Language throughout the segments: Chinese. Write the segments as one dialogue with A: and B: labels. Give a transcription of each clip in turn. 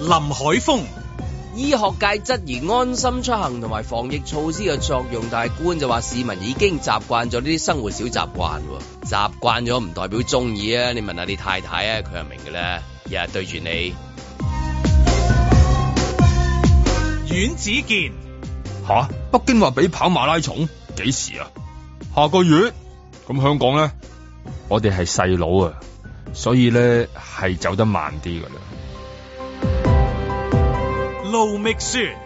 A: 林海峰。
B: 醫學界質疑安心出行同埋防疫措施嘅作用，但係官就話市民已經習慣咗呢啲生活小習慣喎，習慣咗唔代表中意啊！你問下你太太啊，佢係明嘅啦，日日對住你。
A: 阮子健，
C: 吓、北京話俾跑馬拉松，幾時啊？下個月。咁香港咧，我哋係細佬啊，所以咧係走得慢啲噶啦。
A: 盧覓雪，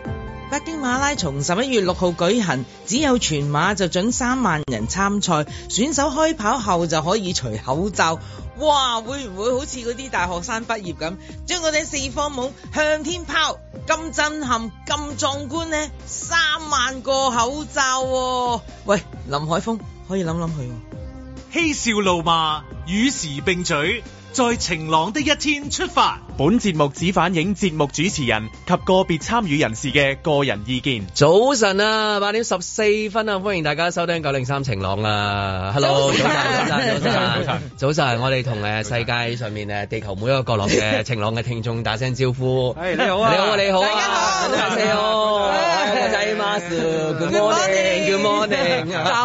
D: 北京馬拉松十一月六號舉行，只有全馬就準三萬人參賽，選手開跑後就可以除口罩。哇！會唔會好似嗰啲大學生畢業咁，將嗰頂四方帽向天拋？咁震撼、咁壯觀呢？三萬個口罩喎、喂，林海峰可以諗諗佢喎。
A: 嬉笑怒罵，與時並舉，在晴朗的一天出發。
E: 本節目只反映節目主持人及個別參與人士嘅個人意見。
B: 早晨啊，八點十四分啊，歡迎大家收聽九零三晴朗啊，Hello，早
D: 早
B: 晨早晨
D: 晨
B: 早晨
D: 早晨
B: 早晨，我哋同誒世界上面誒地球每一個角落嘅晴朗嘅聽眾打聲招呼。
F: 係你好啊
B: 你好啊，你好啊，
D: 大家好
B: 大家好，大家好，Good morning，Good morning，
D: 早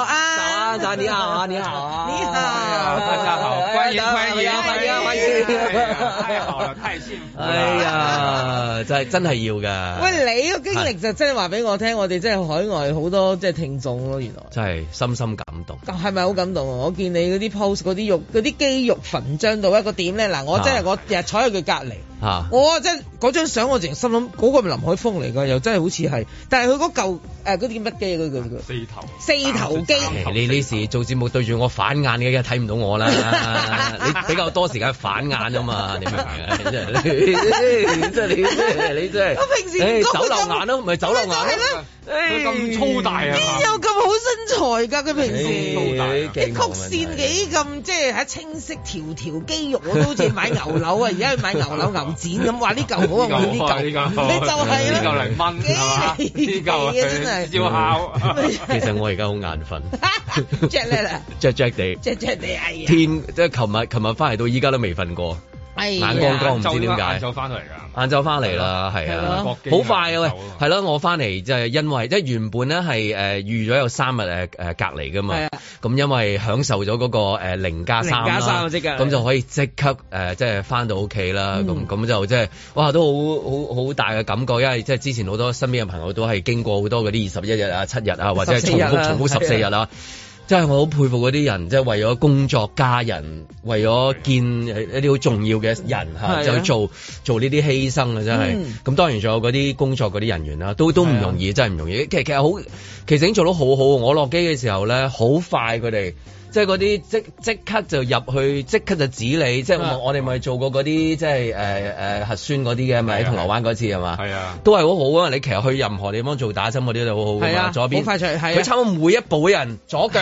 B: 早安，
D: 安
B: 早安，你好啊，你好啊，
D: 你好
F: 大家好歡迎歡迎
D: 啊
B: 歡迎，歡
F: 哎呀
B: 迎，
F: 太好了太幸福了
B: 哎呀，真係真係要㗎。
D: 喂，你個經歷就真係話俾我聽，我哋真係海外好多即係聽眾咯，原來。
B: 真係深深感動。
D: 係咪好感動啊？我見你嗰啲 post 嗰啲肉嗰啲肌肉膨張到一個點咧，嗱我真係我日日坐喺佢隔離，
B: 嚇
D: 我真係嗰張相我淨係心諗嗰個咪林海峰嚟㗎，又真係好似係，但係佢嗰嚿誒嗰啲叫乜肌嗰個叫
C: 四頭
D: 四頭肌，
B: 你呢時做節目對住我反眼嘅，梗係睇唔到我 啦。你比較多時間反眼啊嘛，你明唔 明啊？真係你真係你真係你真係。
D: 我平時
B: 誒走
D: 咁
B: 漏眼咯，唔係走漏眼
D: 係
B: 咯。
D: 啦
C: 佢咁粗大啊嘛
D: 邊有咁好身材㗎？佢平時。
B: 誒
D: 啲曲線幾咁即係喺清晰條條肌肉，我都好似買牛柳啊！而家去買牛柳牛展咁，話呢嚿好啊，我要呢嚿，
F: 呢嚿好
D: 你就係
F: 呢嚿
D: 啦，
F: 嚟掹係嘛？
D: 幾離
F: 呢
D: 奇啊
F: 嚿
D: 真係
F: 要 烤。
B: 其實我而家好眼瞓
D: Jack 咧啦，
B: ，Jack Jack 地。
D: 即即係你哎呀，
B: 天即係琴日，琴日翻嚟到依家都未瞓過，
D: 哎
B: 眼光光
D: 呀，
B: 唔知點解
F: 晏晝翻到嚟㗎。
B: 晏晝翻嚟啦，係
F: 係
B: 啊，
F: 咯
B: 好快啊
F: 國
B: 喂
F: 機啊，
B: 係咯，我翻嚟就係因為即係原本咧係誒預咗有三日誒誒隔離噶嘛
D: 係啊，
B: 咁因為享受咗嗰個誒零加三
D: 零加三
B: 啦，
D: 啊即刻
B: 咁就可以即刻誒即係翻到屋企啦，咁
D: 嗯
B: 咁就即係哇都好好好大嘅感覺，因為即係之前好多身邊嘅朋友都係經過好多嗰啲二十一日啊、七日啊，或者係
D: 14
B: 重
D: 日
B: 複
D: 啊
B: 重複十四日啊。即係我好佩服嗰啲人，即係為咗工作、家人，為咗見呃一啲好重要嘅人
D: 係
B: 嚇，
D: 啊
B: 就去做做呢啲犧牲啊！真係。
D: 嗯啊
B: 咁當然仲有嗰啲工作嗰啲人員啦，都都唔容易，真係唔容易。其實其實好，其實已經做到好好。我落機嘅時候咧，好快佢哋。即係嗰啲即即刻就入去，即刻就指你。即係
D: 啊
B: 我我哋咪做過嗰啲即係誒誒核酸嗰啲嘅，咪喺
F: 係啊
B: 銅鑼灣嗰次係嘛？
F: 係啊
B: 都係好好啊！你其實去任何地方做打針嗰啲都好好㗎嘛
D: 係啊
B: 左邊
D: 好快脆係啊
B: 佢差唔多每一步嘅人左腳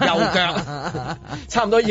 B: 右腳，差唔多要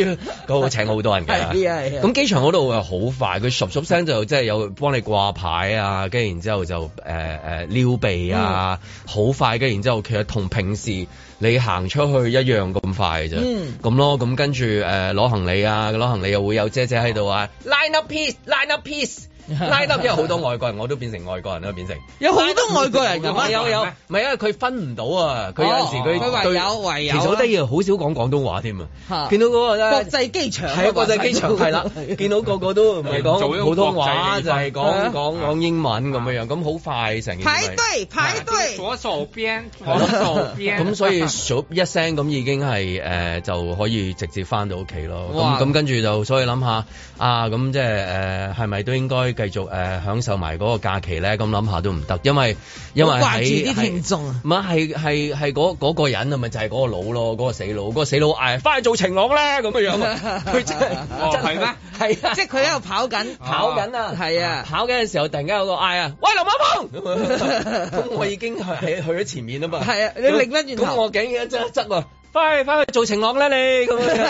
B: 嗰個請好多人㗎。
D: 係啊係啊
B: 咁機場嗰度誒呃好快，佢唰唰聲就即係有幫你掛牌啊，跟住然之後就誒誒撩鼻啊，
D: 嗯
B: 好快跟住然之後其實同平時你行出去一樣咁快嘅啫。
D: 嗯
B: 咁咯，咁跟住誒攞行李啊，攞行李又會有姐姐喺度 啊，line up piece，line up piece。拉得，因為好多外國人，我都變成外國人啦，變成
D: 有好多外國人㗎嘛
B: 有有有，唔係因為佢分唔到啊，佢有陣時佢
D: 哦佢
B: 對
D: 唯有唯有
B: 其
D: 啊
B: 實好得意啊，好少講廣東話添啊，
D: 嚇
B: 見到嗰個咧
D: 國際機 場
B: 係啊，國際機場係 啦，見到個個 都唔
F: 做一
B: 係講
F: 個
B: 普通
F: 國
B: 話，
F: 際嘅
B: 就係
D: 係
B: 講
D: 啊
B: 講講英文咁樣樣，咁好快成件事
D: 排
B: 係。
D: 隊排隊，
F: 左手邊，
B: 係
F: 左 手
B: 咯
F: 邊。
B: 咁 所以唰一聲咁已經係誒、呃就可以直接翻到屋企咯。
D: 哇
B: 咁咁跟住就所以諗下啊，咁即係誒係咪都應該繼續誒、呃享受埋嗰個假期咧？咁諗下都唔得，因為因為
D: 好掛住
B: 喺
D: 啲聽眾啊
B: 唔係係係係嗰嗰個人啊，咪就係嗰個佬咯，嗰、個死佬，嗰、個死佬嗌翻去做情郎咧咁樣樣，佢真係
F: 哦
B: 真
F: 係咩
B: 係啊，
D: 即係佢喺度跑緊，
B: 跑緊啊，
D: 係啊
B: 跑緊嘅時候突然間有個嗌啊，喂 林海 峰，咁我已經係去咗前面啊嘛，
D: 係啊你
B: 翻
D: 擰返轉頭
B: 咁我竟然側一側啊，翻去翻去做情郎啦你咁 樣。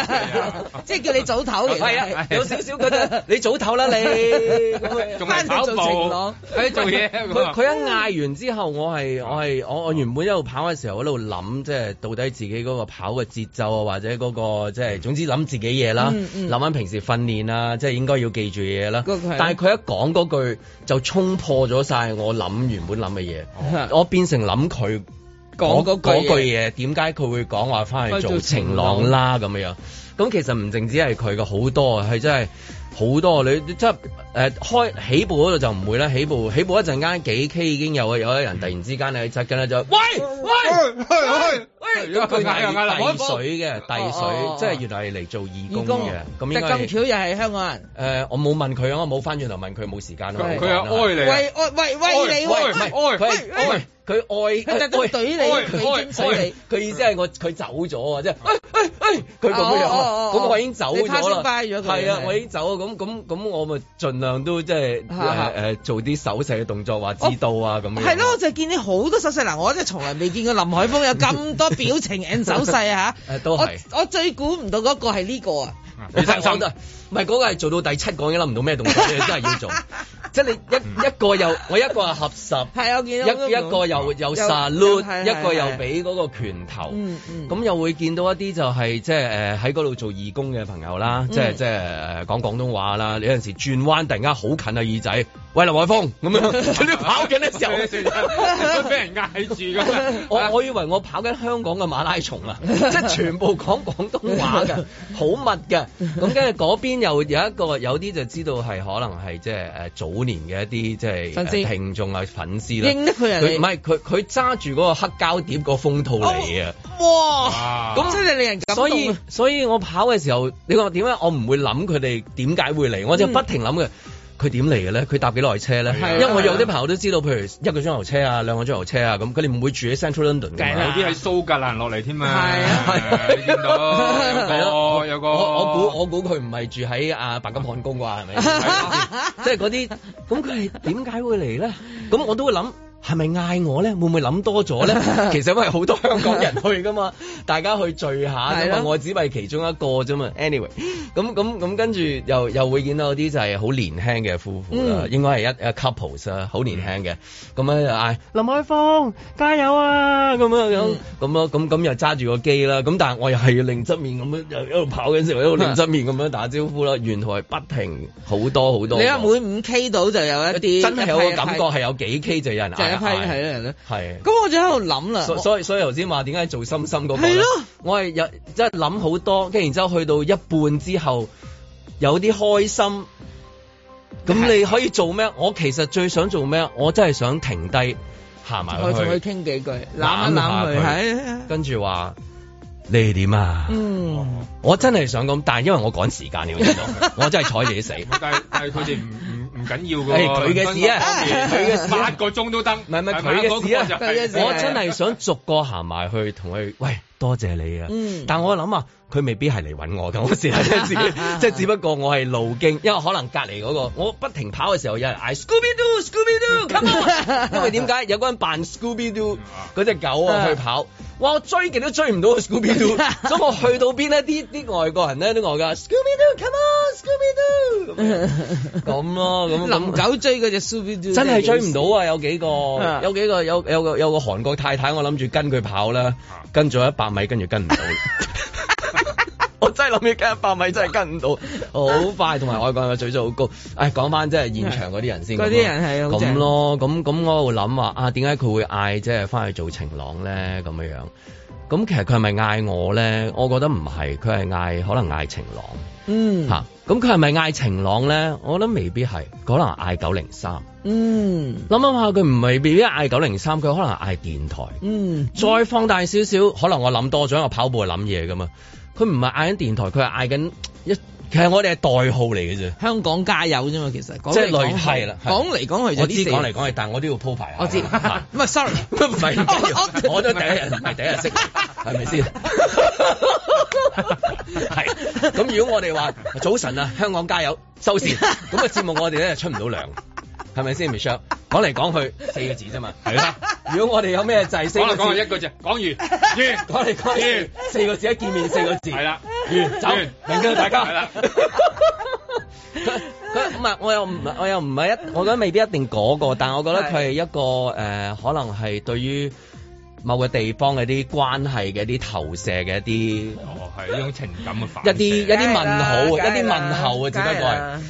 D: 即係叫你早唞。
B: 係啊，有少少覺得你早唞啦你咁樣
C: 仲
D: 翻
C: 係
D: 去
C: 跑
D: 做情
C: 步
D: 郎，
C: 喺度做嘢咁
B: 佢
C: 啊
B: 佢一嗌完之後，我係我係我我原本一路跑嘅時候，我喺度諗，即係到底自己嗰個跑嘅節奏啊，或者嗰、個即係總之諗自己嘢啦，
D: 嗯嗯
B: 諗翻、平時訓練啊，即係應該要記住嘢啦。
D: 嗰個係
B: 但係佢一講嗰句就衝破咗晒我諗原本諗嘅嘢，
D: 哦
B: 我變成諗佢。
D: 講嗰句嘢
B: 句嘢，點解佢會講話翻去
D: 去
B: 做
D: 做
B: 情
D: 情
B: 郎
D: 郎
B: 啦咁樣？咁其實唔淨止係佢嘅，好多係真係好多你即係誒開起步嗰度就唔會啦，起步起步一陣間幾 K 已經有有啲人突然之間咧側緊咧就喂喂
C: 喂喂
B: 喂，
C: 喂
B: 咁佢
C: 嗌啊嗌啊
B: 係遞水嘅
D: 哦哦哦
B: 遞水，即係原來係嚟做義
D: 義
B: 工
D: 工
B: 嘅，咁應該
D: 但咁
B: 係。
D: 巧又係香港人。
B: 誒，我冇問佢啊，我冇翻轉頭問佢，冇時間啊。
C: 佢
D: 係
B: 冇
C: 佢
B: 講啊
C: 又哀你啊，
D: 喂喂喂喂
C: 喂
D: 你喂
B: 唔係
D: 喂，
B: 佢
C: 喂
B: 係愛
D: 喂
B: 哎佢愛哎
D: 哎佢特登
B: 愛
D: 懟你
C: 喂
D: 佢尖死你。
B: 佢意思係我佢走咗啊，即係哎哎哎，佢咁樣
D: 哦哦哦
B: 啊，咁我已經走
D: 你 pass
B: 咗
D: by
B: 啦，
D: 咗佢
B: 係啊
D: 係，
B: 我已經走咗，咁咁咁我咪盡量都即係
D: 嚇嚇哦
B: 誒誒做啲手勢嘅動作，話知道啊咁樣。
D: 係咯，我就見你好多手勢嗱，我真係從來未見過林海峰有咁多表情 and 手勢啊嚇！
B: 誒都係
D: 我我最估唔到嗰個係呢個啊！
C: 你
B: 睇
C: 睇
B: 我
C: 手
B: 都唔係嗰個係做到第七個已經諗唔到咩動 作，你真係要做。即係你一一個又我一個係合十，
D: 係啊我見到
B: 一一個又又
D: 有
B: salute，
D: 係
B: 一個
D: 係
B: 又
D: 係
B: 俾嗰個拳頭。
D: 嗯嗯，
B: 咁又會見到一啲就係即係誒喺嗰度做義工嘅朋友啦，即係
D: 嗯
B: 即係誒講廣東話啦。你有陣時轉彎突然間好近啊耳仔，喂林海峰咁樣， 你跑緊嘅時候。
G: 都俾人嗌住咁。
B: 我我以為我跑緊香港嘅馬拉松啊， 即係全部講廣東話 嘅，好密嘅。咁跟住嗰邊又有一個有啲就知道係可能係即係誒早年嘅一啲即係
D: 粉絲
B: 誒聽眾啊粉絲啦。
D: 認得佢啊
B: 佢
D: 你
B: 唔係佢佢揸住嗰個黑膠碟個風套嚟啊！
D: 哇！
B: 咁
D: 咁真係令人感動
B: 所
D: 啊。
B: 以所以我跑嘅時候，你話點咧？我唔會諗佢哋點解會嚟，我就不停諗佢。佢點嚟嘅咧？佢搭幾耐車咧？
C: 係啊
B: 因為我有啲朋友都知道，譬如一個鐘頭車啊，兩個鐘頭車啊，咁佢哋唔會住喺 Central London 㗎
D: 梗係
B: 嘛
D: 啦
C: 有啲喺蘇格蘭落嚟添啊，
D: 係啊
C: 係你見
B: 係
C: 到
B: 咯
C: 有個有個
B: 我我估我估佢唔係住喺啊白金漢宮啩，係 咪？ 即係嗰啲，咁佢係點解會嚟咧？咁我都會諗。係咪嗌我咧？會唔會諗多咗 咧？其實因為好多香港人去噶 嘛，大家去聚下
D: 係
B: 啫嘛
D: 咯。
B: 我只係嗯其中一個啫嘛。anyway，咁咁咁跟住又又會見到有啲就係好年輕嘅夫婦啦，
D: 嗯
B: 應該係一一 couples 啊，好年輕嘅。咁啊樣就嗌林海峰加油啊！咁樣樣
D: 嗯
B: 咁咯，咁咁又揸住個機啦。咁但係我又係要另側面咁樣，又一路跑緊時候，一路另側面咁樣打招呼啦。沿途係不停好多好多。
D: 你話每五 K 到就有一啲
B: 真係有個
D: 一批
B: 感覺係有幾 K 就有人
D: 就一
B: 嗌
D: 批係啦係啦。
B: 係。
D: 咁我就喺度諗啦，
B: 所所以所以頭先話點解做心心嗰個
D: 係
B: 咧
D: 咯？
B: 我係有即係諗好多，跟住然之後去到一半之後有啲開心。咁你可以做咩？我其實最想做咩？我真係想停低行埋
D: 我同佢
B: 去，
D: 傾幾句，
B: 攬
D: 攬一
B: 下
D: 攬
B: 佢
D: 佢，係
B: 跟住話你哋點啊？
D: 嗯，
B: 我真係想咁，但係因為我趕時間，你要知道，我真係睬 你死。
C: 但係但係佢哋唔唔唔緊要 㗎
B: 誒
C: 喎，
B: 佢嘅事啊佢嘅事啊
C: 八個鐘都得，唔
B: 唔係唔係佢嘅事啊
D: 佢嘅事啊
B: 我真係想逐個行埋去同佢，喂，多謝你啊！
D: 嗯
B: 但我諗啊，佢未必係嚟揾我㗎，我試下即係自己，即係只不過我係路經，因為可能隔離嗰個，我不停跑嘅時候有人嗌 Scooby Doo Scooby Doo come on，因為點解有個人扮 Scooby Doo 嗰只狗啊去跑，哇！我追極都追唔到 Scooby Doo，所以我去到邊呢？啲啲外國人咧都外 國 Scooby Doo come on Scooby Doo 咁樣咁咯，咁咁
D: 林狗追嗰只 Super d
B: 真係追唔到啊！有幾個
D: 啊，
B: 有幾個有有個有個韓國太太，我諗住跟佢跑啦，
D: 啊
B: 跟咗一百米，跟住 跟唔到。 我真係諗住跟一百米，真係跟唔到，好快，同埋外國人嘅水準好高。唉，講翻即係現場嗰啲人先咁咯，
D: 嗰啲人係好
B: 咁
D: 正
B: 咯，咁咁我會諗話啊，點解佢會嗌即係翻去做情郎咧咁樣樣？咁其實佢係咪嗌我咧？我覺得唔係，佢係嗌可能嗌情郎。
D: 嗯
B: 吓，咁佢係咪嗌晴朗咧？我覺得未必係，可能嗌九零三。
D: 嗯
B: 諗諗下，佢唔係未必嗌九零三，佢可能嗌電台。
D: 嗯
B: 再放大少少，可能我諗多咗，因為我跑步係諗嘢噶嘛。佢唔係嗌緊電台，佢係嗌緊一，其實我哋係代號嚟嘅啫。
D: 香港加油啫嘛，其實講
B: 即係
D: 嚟講
B: 類
D: 去
B: 係啦係
D: 講嚟講去就
B: 我
D: 呢
B: 知
D: 四
B: 講嚟講去，但我都要鋪排下。
D: 我知，
B: 嚇
D: 唔係 sorry，
B: 唔係唔緊要
D: 我 我
B: 我都第一日唔係第一日識，係咪先？ 係咁，如果我哋話早晨啊，香港加油收 線，咁嘅節目我哋咧出唔到糧，係咪先？Michelle 講嚟講去四個字啫嘛，係啦，如果我哋有咩就係四個
C: 講啦，
B: 字，
C: 講啦一句 啫，講完，
B: 講
C: 完，
B: 嚟講去
C: 完
B: 四個字，一見面四個字，
C: 係啦
B: 完走
C: 完，
B: 明㗎啦大家。
C: 係啦
B: 佢佢唔係，我又唔我又唔係一，我覺得未必一定嗰、個，但我覺得佢係一個誒、呃可能係對於某個地方嘅啲關係嘅一啲投射嘅一啲。
H: 哦，係呢種情感嘅反
B: 一啲一啲問號，一
D: 梗係
B: 啲問
D: 啦
B: 號啊，只不過係
D: 梗係啦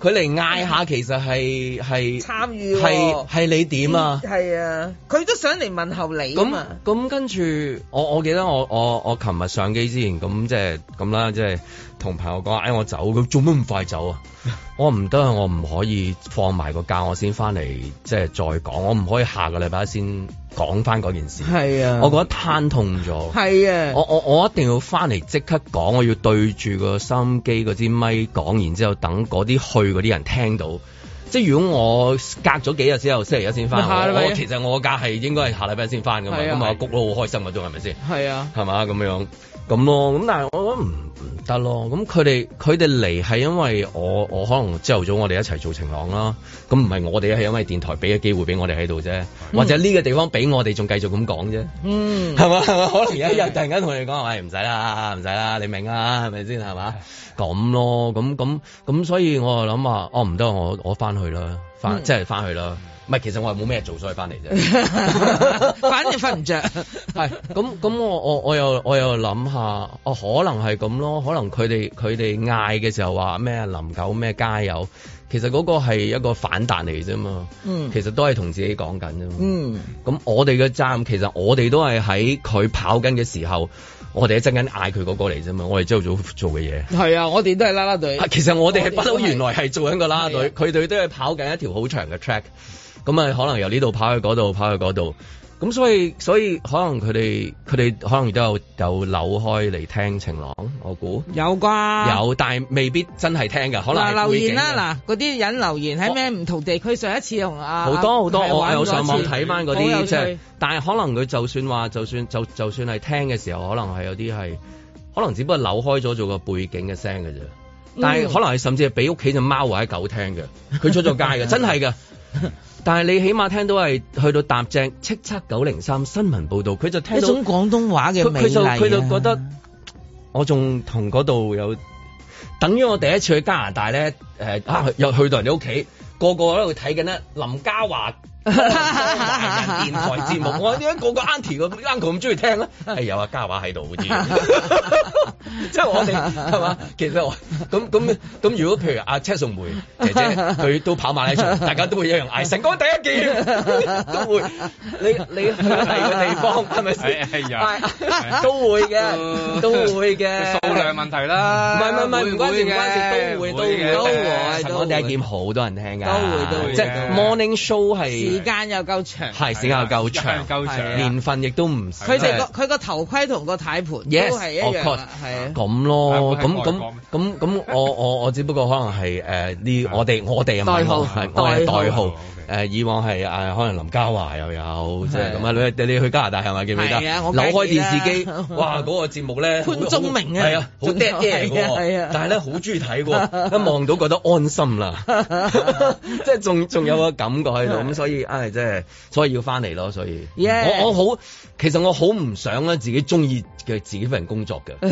B: 佢嚟嗌下，其實係係
D: 參與喎
B: 係係你點啊？
D: 係啊，佢都想嚟問候你啊
B: 咁
D: 嘛。
B: 咁跟住，我我記得我我我琴日上機之前咁即係咁啦，即係同朋友講，哎，我走，佢做乜咁快 走啊？我話唔得啊，我唔可以放埋個假，我先翻嚟，即係再講，我唔可以下個禮拜先講翻嗰件事。
D: 係啊，
B: 我覺得攤痛咗。
D: 係啊，
B: 我我我一定要翻嚟即刻講，我要對住個收音機嗰支咪講，然之後等嗰啲去嗰啲人聽到。即係如果我隔咗幾日之後，星期一先翻，
D: 咪下禮
B: 我
D: 拜一
B: 我其實我假係應該係下禮拜先翻噶嘛，
D: 係啊
B: 咁啊谷都好開心嗰種係咪先？
D: 係啊，
B: 係嘛咁樣咁咯，咁但係我覺得唔唔得咯。咁佢哋佢哋嚟係因為我我可能朝頭早我哋一齊做晴朗啦，咁唔係我哋係因為電台俾嘅機會俾我哋喺度啫，或者呢個地方俾我哋仲繼續咁講啫。
D: 嗯，
B: 係嘛？係嘛？可能有一日突然間同你講，喂，唔使啦，唔使啦，你明啊啦，係咪先？係嘛？咁咯，咁咁咁，所以我就諗話，哦，唔得，我我翻去啦，
D: 嗯
B: 翻、即係翻去啦。唔係，其實我係冇咩做，所以翻嚟 啫。
D: 反正瞓唔着。
B: 係咁咁，我我我又我又諗下，哦，可能係咁咯，可能佢哋佢哋嗌嘅時候話咩啊林狗咩加油，其實嗰個係一個反彈嚟啫嘛，
D: 嗯
B: 其實都係同自己講緊啫嘛。
D: 嗯，
B: 咁我哋嘅責任其實我哋都係喺佢跑緊嘅時候，我哋一陣間嗌佢嗰個嚟啫嘛，我哋朝頭早做嘅嘢。
D: 係啊，我哋都係啦啦隊
B: 啊，其實我哋係不
D: 我哋都
B: 嬲，
D: 係
B: 原來係做緊個啦
D: 係
B: 隊，
D: 啊
B: 佢哋都係跑緊一條好長嘅 track，咁啊可能由呢度跑去嗰度，跑去嗰度，咁所以所以可能佢哋佢哋可能都有有扭開嚟聽晴朗，我估
D: 有啩？
B: 有，但係未必真係聽㗎，可能
D: 嗱
B: 係
D: 留
B: 背
D: 言
B: 景嘅
D: 啦，嗱嗰啲人留言喺咩唔同地區，上一次同啊
B: 好多好多，
D: 係啊
B: 我
D: 玩
B: 有
D: 過一
B: 上網
D: 次
B: 睇翻嗰
D: 好有
B: 啲，
D: 趣
B: 即係，但係可能佢就算話，就算就就算係聽嘅時候，可能係有啲係，可能只不過扭開咗做個背景嘅聲嘅啫。
D: 嗯
B: 但係可能係甚至係俾屋企只貓或者狗聽嘅，佢出咗 街嘅，真係嘅。但係你起碼聽到係去到搭正叱咤九零三新聞報導，佢就聽
D: 一
B: 到
D: 種廣東話嘅美
B: 佢佢就
D: 麗啊
B: 佢就覺得我仲同嗰度有，等於我第一次去加拿大咧，誒、啊又去到人哋屋企，個個喺度睇緊咧林嘉華。華人電台節目，我話點解個個 auntie 個 uncle 咁中意聽咧？係有啊，嘉華喺度好似，即係 我 哋係嘛？其實我咁咁咁，如果譬如阿車淑梅姐姐佢都跑馬拉松，大家都會一樣嗌成功第一件，都會你你去第二個地方係咪先？
C: 哎 呀
B: 嗌都會嘅，都會嘅。
C: 數量問題
B: 唔係唔係唔係
C: 啦，
B: 唔關事唔關事，都啊會都會
C: 嘅
D: 會
B: 陳
D: 都
B: 安第一劍好多人聽㗎，
D: 都
C: 會
B: 即
C: 都
B: 係
C: 會
B: morning show 係
D: 時間又夠長，
B: 係時間又夠長，
C: 夠
D: 係啊
C: 長，
B: 年份亦都唔
D: 佢哋
B: 即係啊
D: 個佢個頭盔同個呔盤都
B: Yes，
D: 係一
B: of
D: 樣
B: course
D: 啊，係啊。
B: 咁
C: 係
B: 咯，
C: 會
B: 咁
C: 喺外
B: 咁
C: 國咩
B: 咁咁，我我我只不過可能係誒呢，我哋我哋唔係
D: 代號哦
B: 我係我係
D: 代號
B: 代號
C: OK
B: 誒，以往係誒可能林嘉華又有，即係咁啊！你你去加拿大係咪記唔記得？
D: 係啊
B: 扭
D: 我梗係
B: 開電
D: 記得
B: 視 機，哇！嗰個節目咧，
D: 潘宗明啊
B: 係啊， 好 dead air
D: 係啊
B: 嗰
D: 係
B: 個
D: 啊，
B: 但係咧好中意睇喎，一望到覺得安心啦， 即係仲仲有個感覺喺度，咁所以唉，即係所以要翻嚟咯，所以
D: Yeah
B: 我我好，其實我好唔想咧自己中意嘅自己份工作嘅，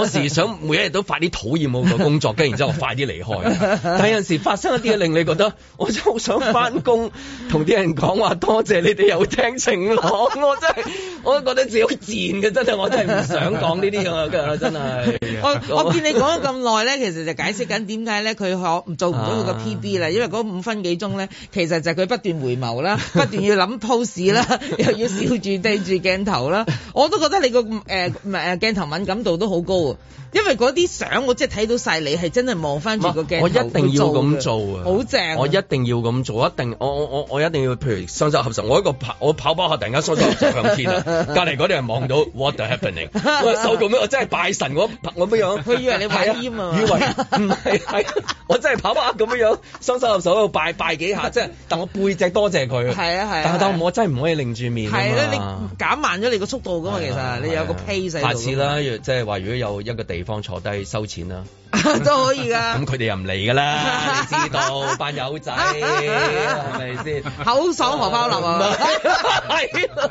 B: 我時想每一日都快啲討厭我個工作，跟住然之後我快啲離 開。但係有陣時發生一啲嘢令你覺得，我真係好想翻 工，同啲人講話多謝你哋有聽晴朗，我真係我都覺得自己好賤嘅，真係我真係唔想講呢啲嘢㗎，真 係。
D: 我我見你講咗咁耐咧，其實就解釋緊點解咧佢可做唔到佢個
B: 啊
D: PB 啦，因為嗰五分幾鐘咧，其實就係佢不斷回 眸啦，不斷要諗 pose 啦， 又要笑住對住鏡頭啦。我都覺得你個誒誒鏡頭敏感度都好高啊，因為嗰啲相我即係睇到晒你係真係望翻住個鏡頭
B: 我一定要咁
D: 去
B: 做啊！
D: 好正啊。
B: 我一定要咁做，一定我我我我一定要，譬如雙手合十，我一個跑我跑跑下，突然間雙手合十向天 啊！隔離嗰啲人望到 what the happening，我手咁樣，我真係拜神，我我咁樣。
D: 佢以為你玩煙啊 嘛
B: 以為唔係係，我真係跑跑下咁樣樣，雙手合十喺度拜拜幾下，即係但我背脊多謝佢。
D: 係啊係啊
B: 但但我真係唔可以擰住面啊嘛。
D: 係啦，你減慢咗你個速度噶嘛，其
B: 係啊
D: 實你有個
B: 係啊
D: pace 喺度㗎嘛。
B: 下次啦，若即係話如果有一個地方坐低收錢啦，
D: 都可以㗎
B: 咁佢哋又唔嚟㗎 啦，啊你知道班友仔係咪先？
D: 口爽荷包粒啊！
B: 係啦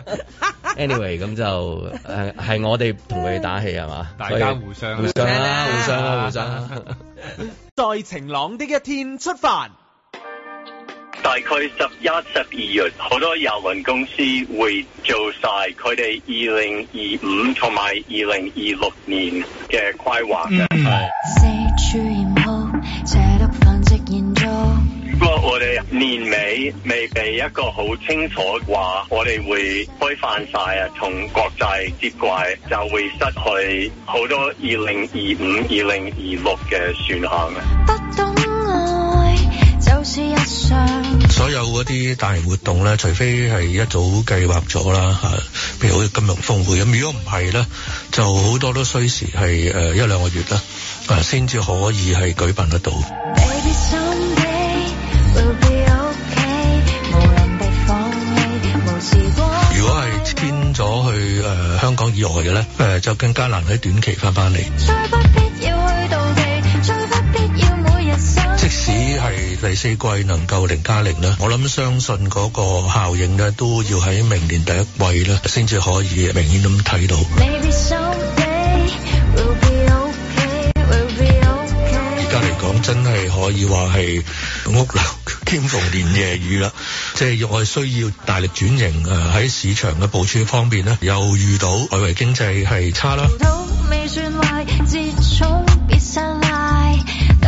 B: Anyway，咁就誒係我哋同佢哋打氣係嘛？
F: 大家互相
B: 互相啦，
D: 係啦
E: 嗯
B: 互相
E: 啊
B: 啦，互相啊啦。
I: 在晴朗的一天出發。
E: 大概十一、十二月，好多郵輪公司會做晒佢哋二零二五同埋二零二六年嘅規劃嘅。
J: 四處染好，這毒販直延續。
E: 不過我哋年尾未俾一個好清楚話，我哋會開放晒啊，同國際接軌，就會失去好多二零二五、二零二六嘅選項啊。
J: 不懂愛，就是日常。
K: 所有嗰啲大型活動咧，除非係一早計劃咗啦嚇，譬如好似金融峰會咁。如果唔係咧，就好多都需時係誒一兩個月啦，啊先至可以係舉辦得到。
J: Baby someday will be okay，無人被放棄，無時光。
K: 如果係遷咗去誒、呃香港以外嘅咧，誒、呃就更加難喺短期翻返嚟。
J: 最不必要去妒忌，最不必要每日生。
K: 即使係第四季能夠零加零咧，我諗相信嗰個效應咧都要喺明年第一季咧先至可以明顯咁睇到。
J: Maybe someday will be okay, will be okay。
K: 而家嚟講，真係可以話係屋漏兼逢連夜雨啦。 即係我哋需要大力轉型誒喺市場嘅部署方面咧，又遇到外圍經濟係差啦，
J: 都未算壞，自寵別散賴。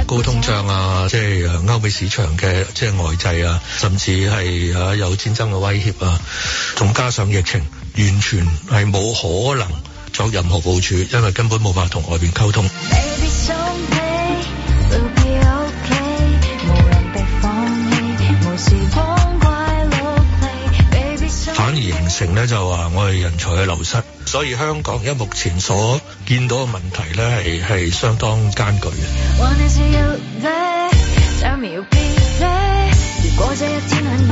K: 高通脹啊，即係誒歐美市場嘅即係外債啊，甚至係啊有戰爭嘅威脅啊，仲加上疫情，完全係冇可能作任何部署，因為根本冇辦法同外邊溝通。
J: Baby someday will be okay，無人被放棄，無時光怪老嚟。Baby
K: 反而
J: someday
K: 形成咧就話我哋人才嘅流失，所以香港而家目前所見到嘅問題咧係係相當艱巨嘅。
J: One is you there，tell me you'll be there。如果這一天很遠，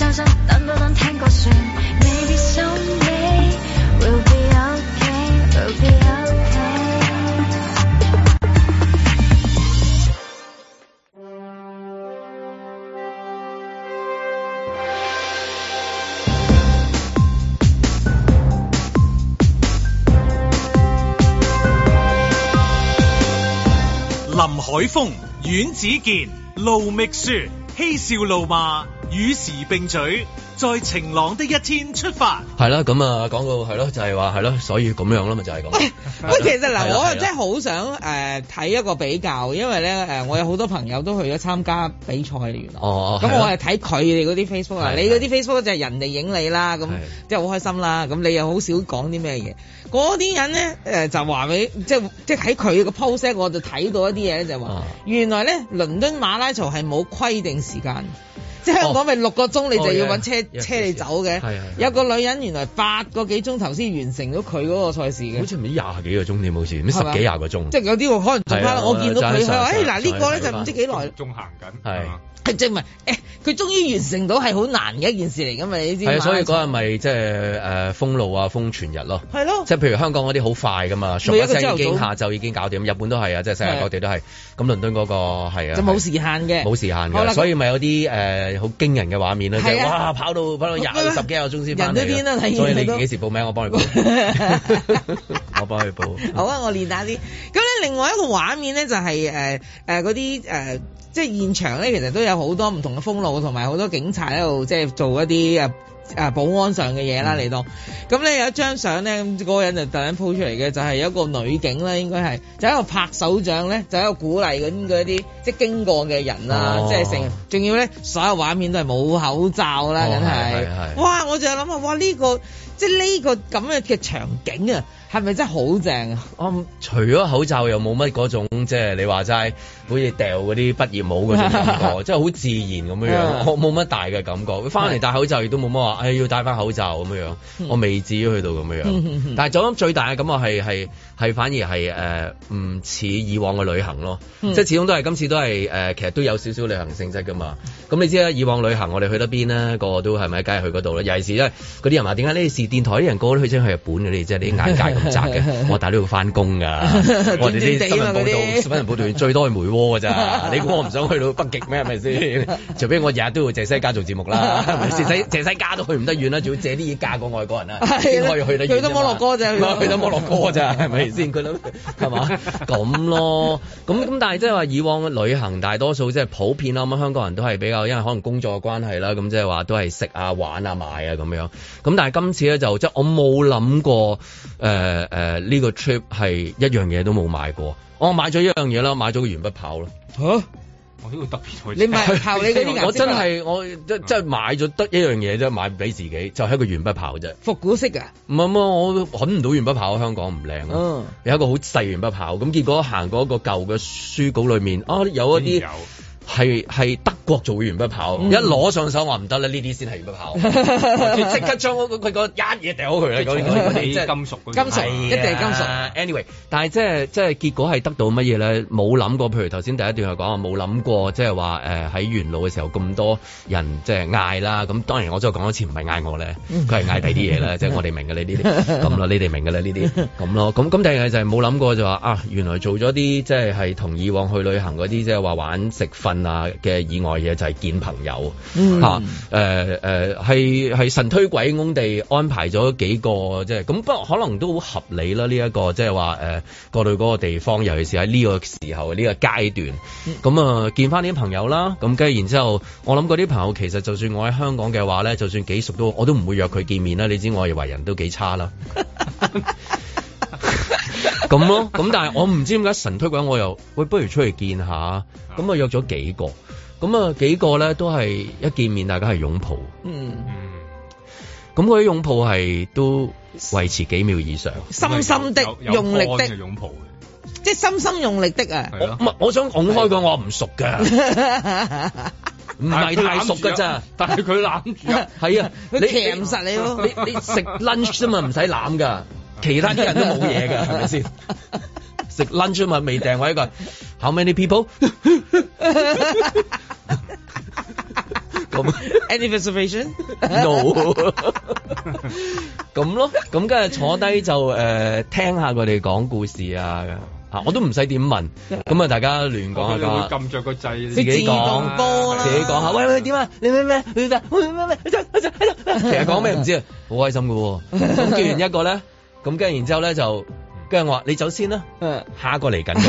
J: 就算等多等聽過算。Maybe someday will be okay，will be okay。
A: 林海峰、阮子健、路觅雪，嬉笑怒罵，與時並舉，在晴朗的一天出發。
B: 係啦，咁啊講到係咯，就係話係咯，所以咁樣啦嘛，就係咁。
D: 喂 喂，其實
B: 係
D: 嗱，
B: 啦
D: 我啊
B: 係啦
D: 真係好想誒睇一個比較，因為咧誒，我有好多朋友都去咗參加比賽嘅原來。
B: 哦，
D: 咁
B: 係啦
D: 我係睇佢哋嗰啲 Facebook 啊，
B: 係
D: 你嗰啲 Facebook 就係人哋影你啦，咁
B: 係
D: 即係好開心啦。咁你又好少講啲咩嘢，嗰啲人咧誒、呃就話俾即係即係睇佢個 post 呢我就睇到一啲嘢就話、
B: 啊
D: 原來咧倫敦馬拉松係冇規定時間。即係香港咪六個鐘你就要揾車、
B: 哦，yes，yes，
D: 車你
B: yes，
D: 走
B: 係
D: 嘅
B: 係係，
D: 有個女人原來八個幾鐘頭先完成咗佢嗰個賽事嘅
B: 好。似唔知廿幾個鐘添，好似唔知
D: 係
B: 十
D: 嘛
B: 幾廿個鐘。
D: 即係有啲可能仲
B: 係
D: 翻
B: 啊，
D: 我見到佢
B: 就係
D: 佢話：，
B: 上上
D: 誒嗱呢個咧
B: 上
D: 就唔知幾耐，
F: 仲行緊，
B: 係
F: 嘛
D: 係 即係唔係？誒佢終於完成到係好難嘅一件事嚟㗎嘛？你知
B: 係啊，所以
D: 馬拉
B: 嗰日
D: 松
B: 咪即係誒封路啊，封全日咯。
D: 係咯，
B: 即係譬如香港嗰啲好快噶嘛，熟
D: 哦咪
B: 一
D: 一個
B: 聲已經
D: 朝
B: 下晝已經搞掂，日本都係啊，即係世界各地都係。咁倫敦嗰個係啊，
D: 就冇時限嘅，
B: 冇時限
D: 好
B: 嘅，
D: 啦
B: 所以咪有啲呃誒好驚人嘅畫面啦，即係
D: 係啊
B: 哇跑到跑到廿
D: 喂喂
B: 十幾個鐘先翻
D: 人都
B: 嚟
D: 癲啦
B: 啦。
D: 睇完
B: 所以你
D: 佢都
B: 幾時報名？我幫你 報，我幫你 報。
D: 好啊，我練下啲。咁咧，另外一個畫面咧就係誒誒嗰啲誒，即係現場咧，其實都有好多唔同嘅封路，同埋好多警察喺度即係做一啲誒誒保安上嘅嘢啦嚟到。咁咧有一張相咧，咁嗰個人就突然 po 出嚟嘅，就係有一個女警啦，應該係就喺度拍手掌咧，就喺度鼓勵緊嗰啲即係經過嘅人啦
B: 哦，
D: 即係成。仲要咧，所有畫面都係冇口罩啦，
B: 哦
D: 梗
B: 係係
D: 係。
B: 係
D: 哇！我就諗啊，哇呢個即係呢個咁嘅嘅場景啊，係咪真係好正啊？
B: 我唔除咗口罩又冇乜嗰種，即係你話齋，好似掉嗰啲畢業帽嗰種感 覺，即係好自然咁樣樣，
D: 嗯
B: 我冇乜大嘅感覺。翻嚟戴口罩亦都冇乜話，誒要戴翻口罩咁樣樣，我未至於去到咁樣
D: 嗯嗯
B: 樣
D: 嗯。
B: 但係我諗最大嘅感覺係係係反而係誒唔似以往嘅旅行咯，
D: 嗯
B: 即係始終都係今次都係誒其實都有少少旅行性質㗎啊嘛。咁你知啦，以往旅行我哋去得邊咧，個個都係咪梗係去嗰度咧？尤其是因為嗰啲人話點解呢啲事電台啲人個個都去親去日本嘅，你真係你眼界咁窄 嘅。我大佬要翻工㗎，我哋啲新聞報
D: 短短地啊
B: 道
D: 嗰啲
B: 新聞報道員最多係梅窩㗎 咋。你估我唔想去到北極咩？係咪先？除非我日日都要謝西家做節目啦，係 咪先謝西謝西家都去唔得遠啦，仲要借啲嘢嫁過外國人啊，先可以去得遠啫嘛
D: 去得摩洛 哥咋
B: 咪去得摩洛哥咋，係咪先？佢諗 係嘛咁咯。咁咁，但係即係話以往嘅旅行大多數即係普遍啦，咁香港人都係比較因為可能工作嘅關係啦，咁即係話都係食啊、玩啊、買啊咁樣。咁但係今次咧就即係我冇諗過誒誒呢個 trip 係一樣嘢都冇買過。我買咗一樣嘢啦，買咗個鉛筆炮啦。
D: 嚇！
C: 我呢個特別去。
D: 你咪靠你嗰啲顏色
B: 我真係我即即係買咗得一樣嘢啫，買俾自己就係、一個鉛筆炮啫。
D: 復古式啊！
B: 唔係唔係，我揾唔到鉛筆炮，香港唔靚啊。
D: 嗯，
B: 有一個好細鉛筆炮，咁結果行過一個舊嘅書稿裏面，啊有一啲係係德國做嘅鉛筆炮，一攞上手話唔得啦，呢啲先係鉛筆炮，我即刻將嗰個佢個一嘢掉咗佢啦，嗰啲嗰啲
C: 啲
B: 即係
C: 金屬嗰啲
D: 金屬
B: 係啊
D: 一定係金屬。。
B: Anyway，但係即係即係結果係得到乜嘢咧？冇諗過，譬如頭先第一段係講話冇諗過，即係話誒喺元老嘅時候咁多人即係嗌啦。咁當然我再講一次，唔係嗌我咧，佢係嗌第啲嘢啦，即係我哋明嘅呢啲咁啦，你哋明嘅啦呢啲咁咯。咁咁第二樣就係冇諗過就話啊，原來做咗啲即係係同以往去旅行嗰啲即係話玩食瞓啊嘅以外嘢，就係見朋友。嚇誒誒係係神推鬼拱地安排咗幾個即係咁，不過可能都好合理啦。呢、一個即係話誒過到嗰個地方，尤其是喺呢個時候呢、個階段，咁啊、見翻啲朋友啦。咁跟住然之後，我諗嗰啲朋友其實就算我喺香港嘅話咧，就算幾熟都我都唔會約佢見面啦。你知我係為人都幾差啦。咁咯，咁但係我唔知點解神推鬼我又喂，不如出去見下，咁啊約咗幾個，咁啊幾個咧都係一見面大家係擁抱，
D: 嗯，
B: 咁嗰啲擁抱係都維持幾秒以上。
D: 深深的
C: 有有
D: 用力
C: 有
D: 的
C: 乾嘅，擁抱嘅，
D: 即係深深用力的啊！
C: 係
B: 我
C: 咯
B: 唔。係，我想拱開佢，我唔熟㗎， 唔係太熟㗎咋。
C: 但係佢攬住啊，
B: 係啊，
D: 佢鉗實你咯
B: 你你食 lunch 啫嘛，唔使攬㗎，其他啲人都冇嘢㗎，係咪 先？食 lunch 啊嘛，未訂位㗎。How many people？咁
D: Any reservation？
B: no 咁咯，咁跟住坐低就誒、呃、聽下佢哋講故事啊，啊我都唔使點問，咁啊大家亂講
C: 佢
B: 下
C: 哋會
B: 講下。
C: 撳着個掣，
B: 自己
D: 自動
B: 講，
D: 波啦
B: 自己講下，喂喂點啊？你咩咩？你咩喂咩咩？其實講咩唔知啊， 好開心嘅喎。咁叫完一個咧，咁跟住然之後咧就，跟住我話你走先啦，
D: 嗯
B: 下一個嚟緊嘅。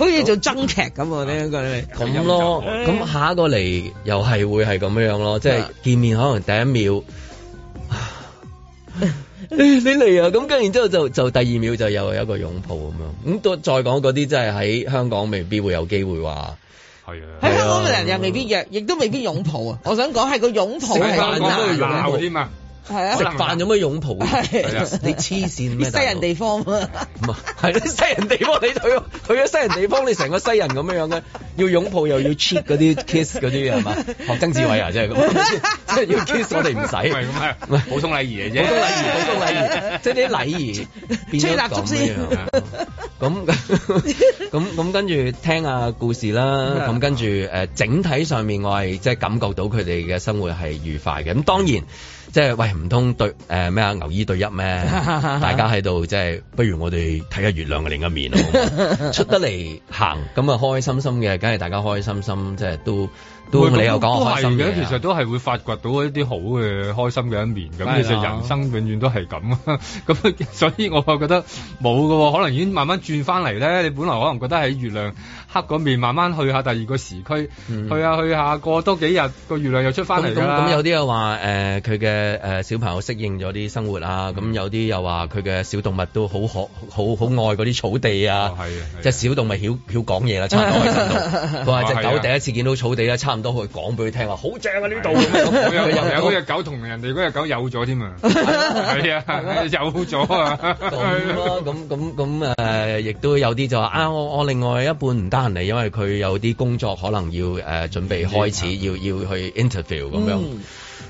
D: 好似做爭劇咁喎，呢一個你
B: 啊
D: 嗯
B: 咁咯，咁下一個嚟又係會係咁樣樣咯，即係見面可能第一秒，你你嚟啊！咁跟住然之後就就第二秒就又有一個擁抱咁樣。咁到再講嗰啲真係喺香港未必會有機會話
C: 係啊，
D: 喺香港嘅人又未必約，亦都未必擁抱啊！我想啊講係個擁抱
B: 食
C: 喺
B: 飯
C: 香
D: 係
C: 港
B: 都要
C: 都
D: 難，
B: 擁抱
C: 鬧添啊，
D: 係
B: 食
D: 啊，
B: 飯有咩擁抱？
D: 係
C: 啊
B: 你黐線咩？
D: 啲西人地方啊，
B: 唔係，係咯，西人地方你去咗 去咗西人地方，你成個西人咁樣樣嘅，要擁抱又要 cheat 嗰啲 kiss 嗰啲係嘛？學曾志偉啊，真係咁， 即係要 kiss 我哋唔
C: 唔
B: 使，
C: 係咁啊
B: 唔係，
C: 普通禮儀嚟
B: 普通
C: 啫，
B: 禮儀，普通禮 儀，即係啲禮儀變咗
D: 吹蠟燭
B: 咁
D: 先
B: 樣。咁咁咁跟住聽下故事
C: 嗯
B: 啦，咁跟住誒整體上面我係即係感覺到佢哋嘅生活係愉快嘅。咁當然即係喂唔通 對誒咩啊牛醫對一咩？大家喺度即係不如我哋睇下月亮嘅另一面咯。好 嘛出得嚟行咁啊開開心心嘅，梗係大家開開心心，即係都都
C: 喂咁
B: 你又講
C: 都
B: 我開心
C: 係
B: 嘅，
C: 嘅，其實都係會發掘到一啲好嘅開心嘅一面。
L: 梗係啦
C: 咁其實人生永遠都係咁啊。咁所以我覺得冇嘅喎，可能已經慢慢轉翻嚟咧。你本來可能覺得喺月亮黑嗰面，慢慢去下第二個時區，
B: 嗯
C: 去下去下，過多幾日個月亮又出翻嚟
B: 咁咁
C: 㗎啦
B: 咁有啲又話誒佢嘅誒小朋友適應咗啲生活啊，咁有啲又話佢嘅小動物都好可好好愛嗰啲草地啊
C: 哦，係啊係啊
B: 即係小動物曉曉講嘢啦，差唔多喺 度。佢 話隻
C: 哦係
B: 狗
C: 啊
B: 第一次見到草地咧，差唔多佢講俾佢聽話，好正啊呢度。
C: 我有
B: 佢
C: 有嗰只狗同人哋嗰只狗有咗添啊，係啊，有咗啊，
B: 咁咯，咁咁咁誒，亦都有啲就話啊，我我另外一半唔得閒嚟，因為佢有啲工作可能要誒、呃、準備開始，要要去 interview 咁樣。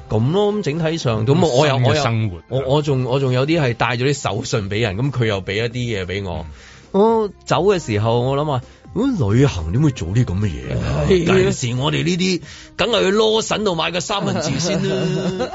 B: 咁咯，咁整體上咁我又
C: 新嘅
B: 我又
C: 生活
B: 我我仲我仲有啲係帶咗啲手信俾人，咁佢又俾一啲嘢俾我。我走嘅時候，我諗話咁旅行點會做啲咁嘅嘢？
F: 係啊
B: 有時我哋呢啲，梗係去羅神度買個三文治先啦。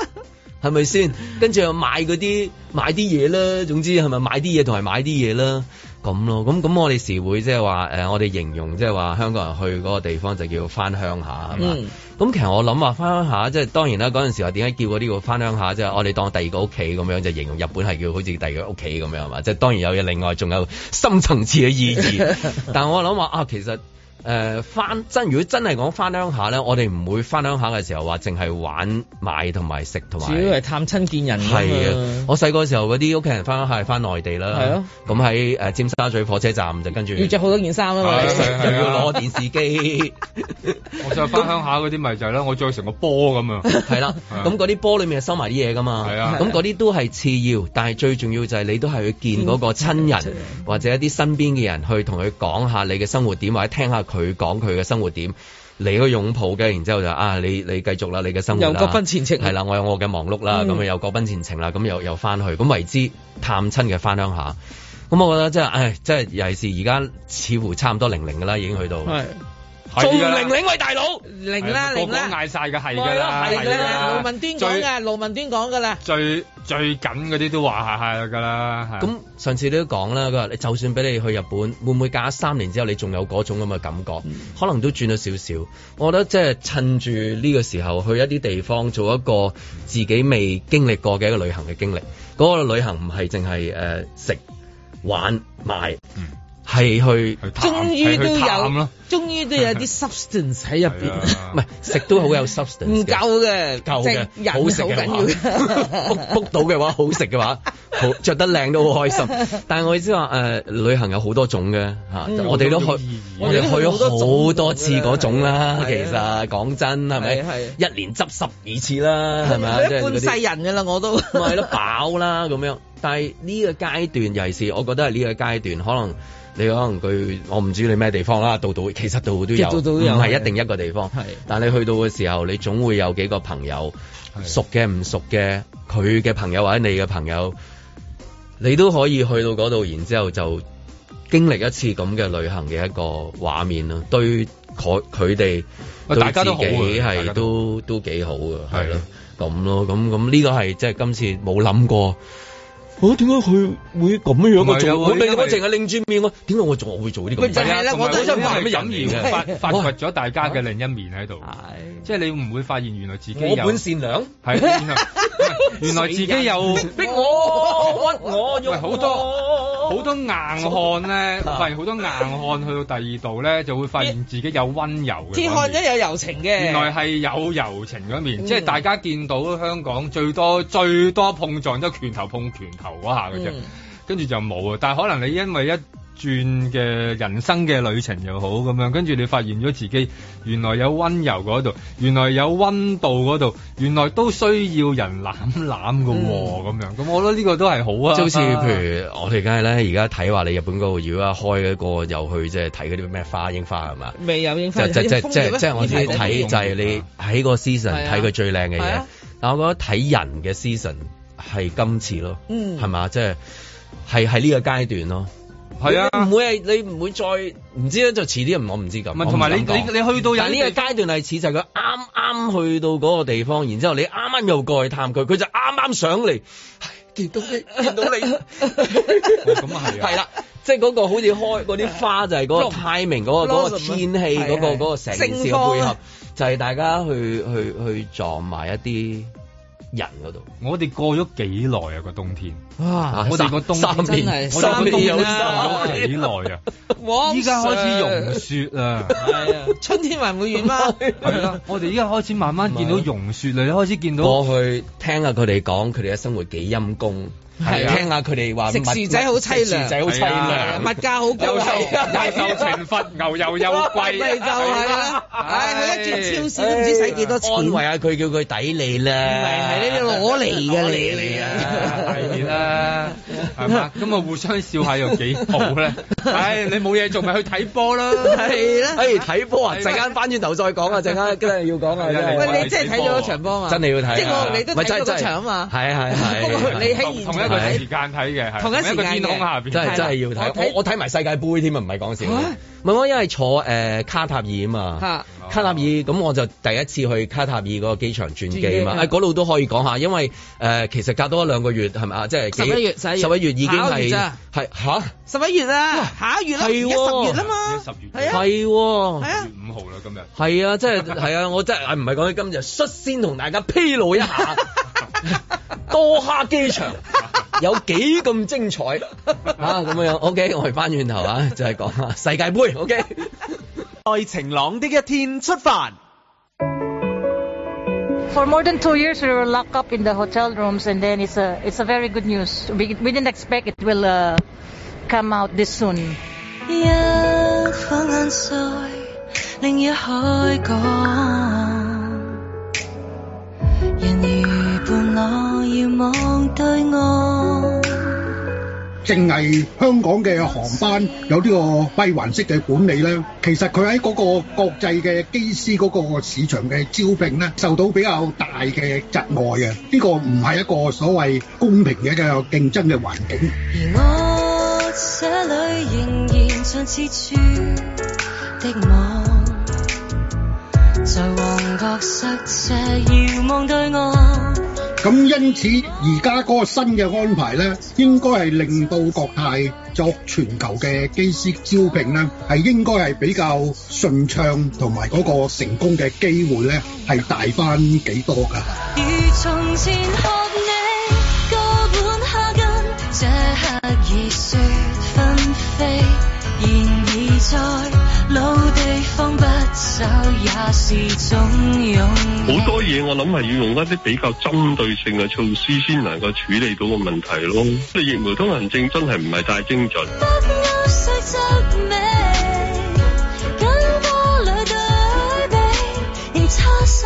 B: 係咪先？跟住又買嗰啲買啲嘢啦，總之係咪買啲嘢同埋買啲嘢啦？咁咯，咁咁我哋時會即係話誒，我哋形容即係話香港人去嗰個地方就叫翻鄉下係嘛？
D: 嗯
B: 咁其實我諗話翻鄉下，即係當然啦。嗰陣時話點解叫嗰啲叫翻鄉下啫？我哋當第二個屋企咁樣，就形容日本係叫好似第二個屋企咁樣係嘛？即係當然有嘢，另外仲有深層次嘅意義。 但我諗話啊，其實。誒、翻真如果真係講翻鄉下咧，我哋唔會翻鄉下嘅時候話淨係玩買同埋食同埋。
D: 主要係探親見人㗎嘛
B: 係啊！我細個嘅時候嗰啲屋企人翻鄉下係翻內地啦，
D: 係啊，
B: 咁喺誒尖沙咀火車站就跟住
D: 要着好多件 衫啊嘛，
B: 係
D: 你
B: 又要攞 電視機，
C: 我再翻鄉下嗰啲咪就係啦，我再成個波咁啊，
B: 係啦，咁嗰啲波裏面係收埋啲嘢噶嘛，係
C: 啊
B: 咁嗰啲都係次要，但係最重要就係你都係去見嗰個親人
D: 嗯
B: 或者一啲身邊嘅人，去同佢講下你嘅生活點，或者聽下佢講佢嘅生活點。你去擁抱嘅，然之後就啊，你你繼續啦，你嘅生活啦
D: 又各奔前程啊
B: 係啦，我有我嘅忙碌啦，
D: 嗯
B: 咁啊又各奔前程啦，咁又又翻去，咁為之探親嘅翻鄉下。咁我覺得即係，唉，即係尤其是而家似乎差唔多零零㗎啦，已經去到。
D: 係
B: 仲
C: 係㗎啦
B: 零零喂大佬，
D: 零啦
C: 係
D: 零啦
C: 個個嗌晒嘅係
D: 係
C: 㗎啦，
D: 咯係
C: 㗎
D: 啦，盧文端講㗎，盧文端講㗎啦。
C: 最最緊嗰啲都話係係㗎啦，係
B: 咁上次你都講啦，佢話你就算俾你去日本，會唔會隔三年之後你仲有嗰種咁嘅感覺？
D: 嗯
B: 可能都轉咗少少。我覺得即係趁住呢個時候去一啲地方做一個自己未經歷過嘅一個旅行嘅經歷。嗰、個旅行唔係淨係誒食玩買，係、去
D: 嗯終於都有
B: 咯。，
D: 終於都有 啲 substance 喺入邊，
C: 啊
B: 唔係食都好有 substance，嘅
D: 唔夠嘅，
B: 夠
D: 即
B: 嘅
D: 係，人
B: 好食
D: 好
B: 嘅
D: 緊要
B: 話 book
D: 嘅。
B: book 到嘅話，好食嘅話，好着得靚都好開 心。但係我意思話誒，旅行有好多種嘅嚇
D: 嗯，
B: 我哋都去
C: 好多種意義，
B: 我哋去咗好多次嗰種啦。其
D: 係啊
B: 實講真係咪
D: 係係？
B: 一年執十二次啦，係咪啊？即係嗰
D: 半
B: 啲
D: 世人㗎啦，我都
B: 咪係咯，飽啦咁樣。但係呢個階段，尤其是我覺得係呢個階段，可能你可能佢，我唔知你咩地方啦，到到其實到度都有，
D: 其實度度
B: 唔
D: 都有
B: 係
D: 係
B: 一定一個地方
D: 係。
B: 但係你去到嘅時候，你總會有幾個朋友，熟嘅唔熟嘅，佢嘅朋友或者你嘅朋友，你都可以去到嗰度，然之後就經歷一次咁嘅旅行嘅一個畫面咯。對佢佢哋，
C: 喂大家都好啊
B: 對自己
C: 大
B: 係
C: 家
B: 都都幾好嘅，係咯。咁咯，咁咁呢個係即係今次冇諗過。我點解佢會咁樣
C: 唔係啊
B: 我做我
C: 因為
B: 我淨係擰住面，我點解我仲會做呢個？
D: 咪就係啦我都
C: 真
D: 想
C: 係
D: 話
C: 咩
B: 咩
C: 飲
B: 人
C: 而
B: 嚟嘅
C: 發發掘咗大家嘅另一面喺度，即係你唔會發現原來自己有
B: 我本善良，
C: 係原 來 原來自己有
B: 逼我屈我啊
C: 喂好多好多硬漢 咧，我發現好多硬漢去到第二度咧，就會發現自己有温柔嘅嗰
D: 鐵
C: 面。
D: 漢都有柔情嘅。
C: 原來係有柔情嗰面，
D: 嗯
C: 即係大家見到香港最多最多碰撞都係拳頭碰拳頭嗰下嘅啫，
D: 嗯
C: 跟住就冇啊。但係可能你因為一轉嘅人生嘅旅程又好咁樣，跟住你發現咗自己原來有温柔嗰度，原來有温度嗰度，原來都需要人攬攬嘅
B: 嗯
C: 喎咁樣。咁我覺得呢個都係好啊，
B: 即好似譬如我哋梗係咧，而家睇話你日本嗰個如果開一個又去即係睇嗰啲咩花櫻花係嘛？
D: 未有櫻花，
B: 就就就即係即係我自己
D: 哋
B: 睇就係你
C: 嗯
B: 喺個 season
D: 係啊
B: 睇佢最靚嘅
D: 係
B: 嘢
D: 啊，
B: 但我覺得睇人嘅 season 係今次咯，
D: 嗯
B: 係嘛？即係係喺呢個階段咯。
C: 係啊
B: 你唔會係你唔會再唔知咧，就遲啲我唔知咁。
C: 唔係同埋你
B: 我唔敢講
C: 你你去到有
B: 但呢個階段係似就係佢啱啱去到嗰個地方，然之後你啱啱又過去探佢，佢就啱啱上嚟，唉見到 你見到你，
C: 咁啊係啊
B: 係啦。即係嗰個好似開嗰啲花就係嗰個 timing 嗰、個嗰個
D: Blossom 啊
B: 天氣嗰、個
D: 係係
B: 嗰、個成件事嘅
D: 盛況
B: 配合
D: 啊，
B: 就係大家去去去撞埋一啲人嗰度。
C: 我哋過咗幾耐啊個冬天，
D: 哇！
C: 我哋個冬
B: 三
D: 真
B: 年，
D: 係
C: 我哋
B: 三
C: 個冬
B: 年有
C: 天
B: 三
C: 過咗幾
B: 年。
C: 耐啊！
D: 我
C: 依家開始融雪啊！
D: 係啊，春天還會遠嗎？
C: 係 啦，我哋依家開始慢慢見到融雪啦，你開始見到
B: 過去聽下佢哋講佢哋嘅生活幾陰公，
C: 係啊
B: 聽下佢哋話
D: 食薯仔好
B: 食
D: 淒涼
B: 薯仔好
C: 係
B: 凄涼，
C: 啊
D: 物價好高
B: 又
D: 啊，
B: 係
C: 又受懲罰，牛油又貴，啊
D: 咪就係啦！唉，佢一轉超市都唔知使幾多錢，
B: 安慰下佢，叫佢抵你啦。
D: 係係呢啲攞嚟嘅你
B: 攞嚟啊！
C: 係啦，係 嘛？咁啊，互相笑下又 幾好咧。唉，你冇嘢做咪去睇波啦。
D: 係啦。
B: 哎，睇波啊！陣間翻轉頭再講啊！陣間真係要講啊！
C: 係啊
B: 真係
C: 你
D: 喂，你真係睇咗嗰場波嘛？
B: 真係要睇啊，
D: 即係我你都啊
B: 咪
D: 睇
B: 真
D: 咗
B: 係
D: 嗰場嘛？
B: 係係係。
D: 你喺現
C: 同一
M: 一個時間睇嘅，係
D: 同一時
M: 個
D: 間嘅
M: 天空下邊，
B: 真係真係要
D: 我
B: 睇，
D: 睇
B: 我我睇埋世界盃添啊，唔係講笑。唔係我因為坐誒卡塔爾啊嘛，
D: 嚇
B: 卡塔爾咁我就第一次去卡塔爾嗰個機場轉機
D: 轉
B: 嘛，
D: 機啊
B: 誒嗰度都可以講下，因為誒其實隔多一兩個月係咪啊？即係幾
D: 11月11月
B: 十一月已經
D: 下個月
B: 係
D: 咋
B: 係吓
D: 十一月啊，下一月啦，而
B: 係喎
D: 家十月啦嘛，
M: 十月
D: 係啊，
B: 係喎
D: 係。啊，
M: 五號啦今日。
B: 係啊，即係係啊，我真係唔係講緊今日，率先同大家披露一 下多哈機場有幾咁精彩啊！咁樣 OK，我哋翻轉頭啊，就係講下世界盃 OK。
N: 在晴朗的一天出發。
O: For more than two years, we were locked up in the hotel rooms, and then it's a it's a very good news. We, we didn't expect it will uh, come out this soon.
F: 一晃眼睡，另一海港。人如伴我遙望對岸，
P: 淨係香港嘅航班有呢個閉環式嘅管理咧，其實佢喺嗰個國際嘅機師嗰個市場嘅招聘咧，受到比較大嘅窒礙嘅。呢個唔係一個所謂公平嘅一個競爭嘅環境。
F: 而我這裏仍然像似處的網，在旺角塞車遙望對岸。
P: 咁因此而家嗰個新嘅安排咧，應該係令到國泰作全球嘅機師招聘咧，係應該係比較順暢，同埋嗰個成功嘅機會咧係大翻幾多㗎。
F: 如從前學你個碗下根，這刻已説紛飛，然而在老地方不走也是種勇氣。
Q: 好多嘢我諗係要用一啲比較針對性嘅措施先能夠處理到個問題咯。即係疫苗通行證真係唔係太精準。
F: 不休息執尾，跟波裏對比，仍差十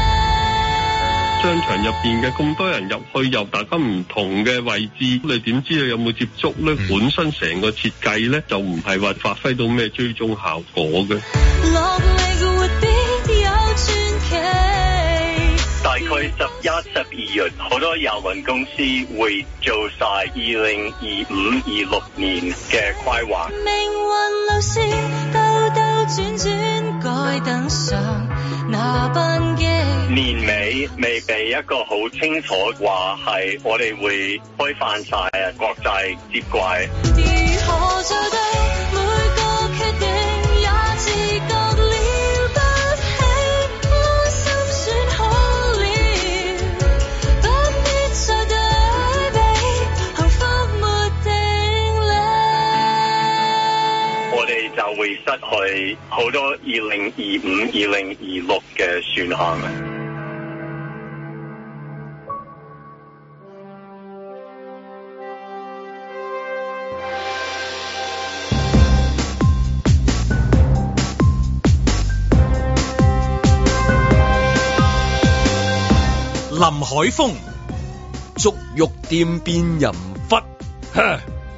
F: 萬里。
Q: 商場入邊嘅咁多人入去又大家唔同嘅位置，你點知你有冇接觸呢？本身成個設計呢，就唔係話發揮到咩追蹤效果嘅。
F: 落力活必有傳奇。
E: 大概十一、十二月，好多郵運公司會做晒二零二五、二六年嘅規劃。
F: 命運路線兜兜轉轉，該登上那班機。
E: 年尾未俾一個好清楚話係我哋會開飯晒啊國際接軌。
F: 如何做對每個決定，也自覺了不起，安心選好了，不必再對比，幸福沒定理。
E: 我哋就會失去好多二零二五、二零二六嘅選項啊！
A: 林海峰、
R: 足浴店變淫忽，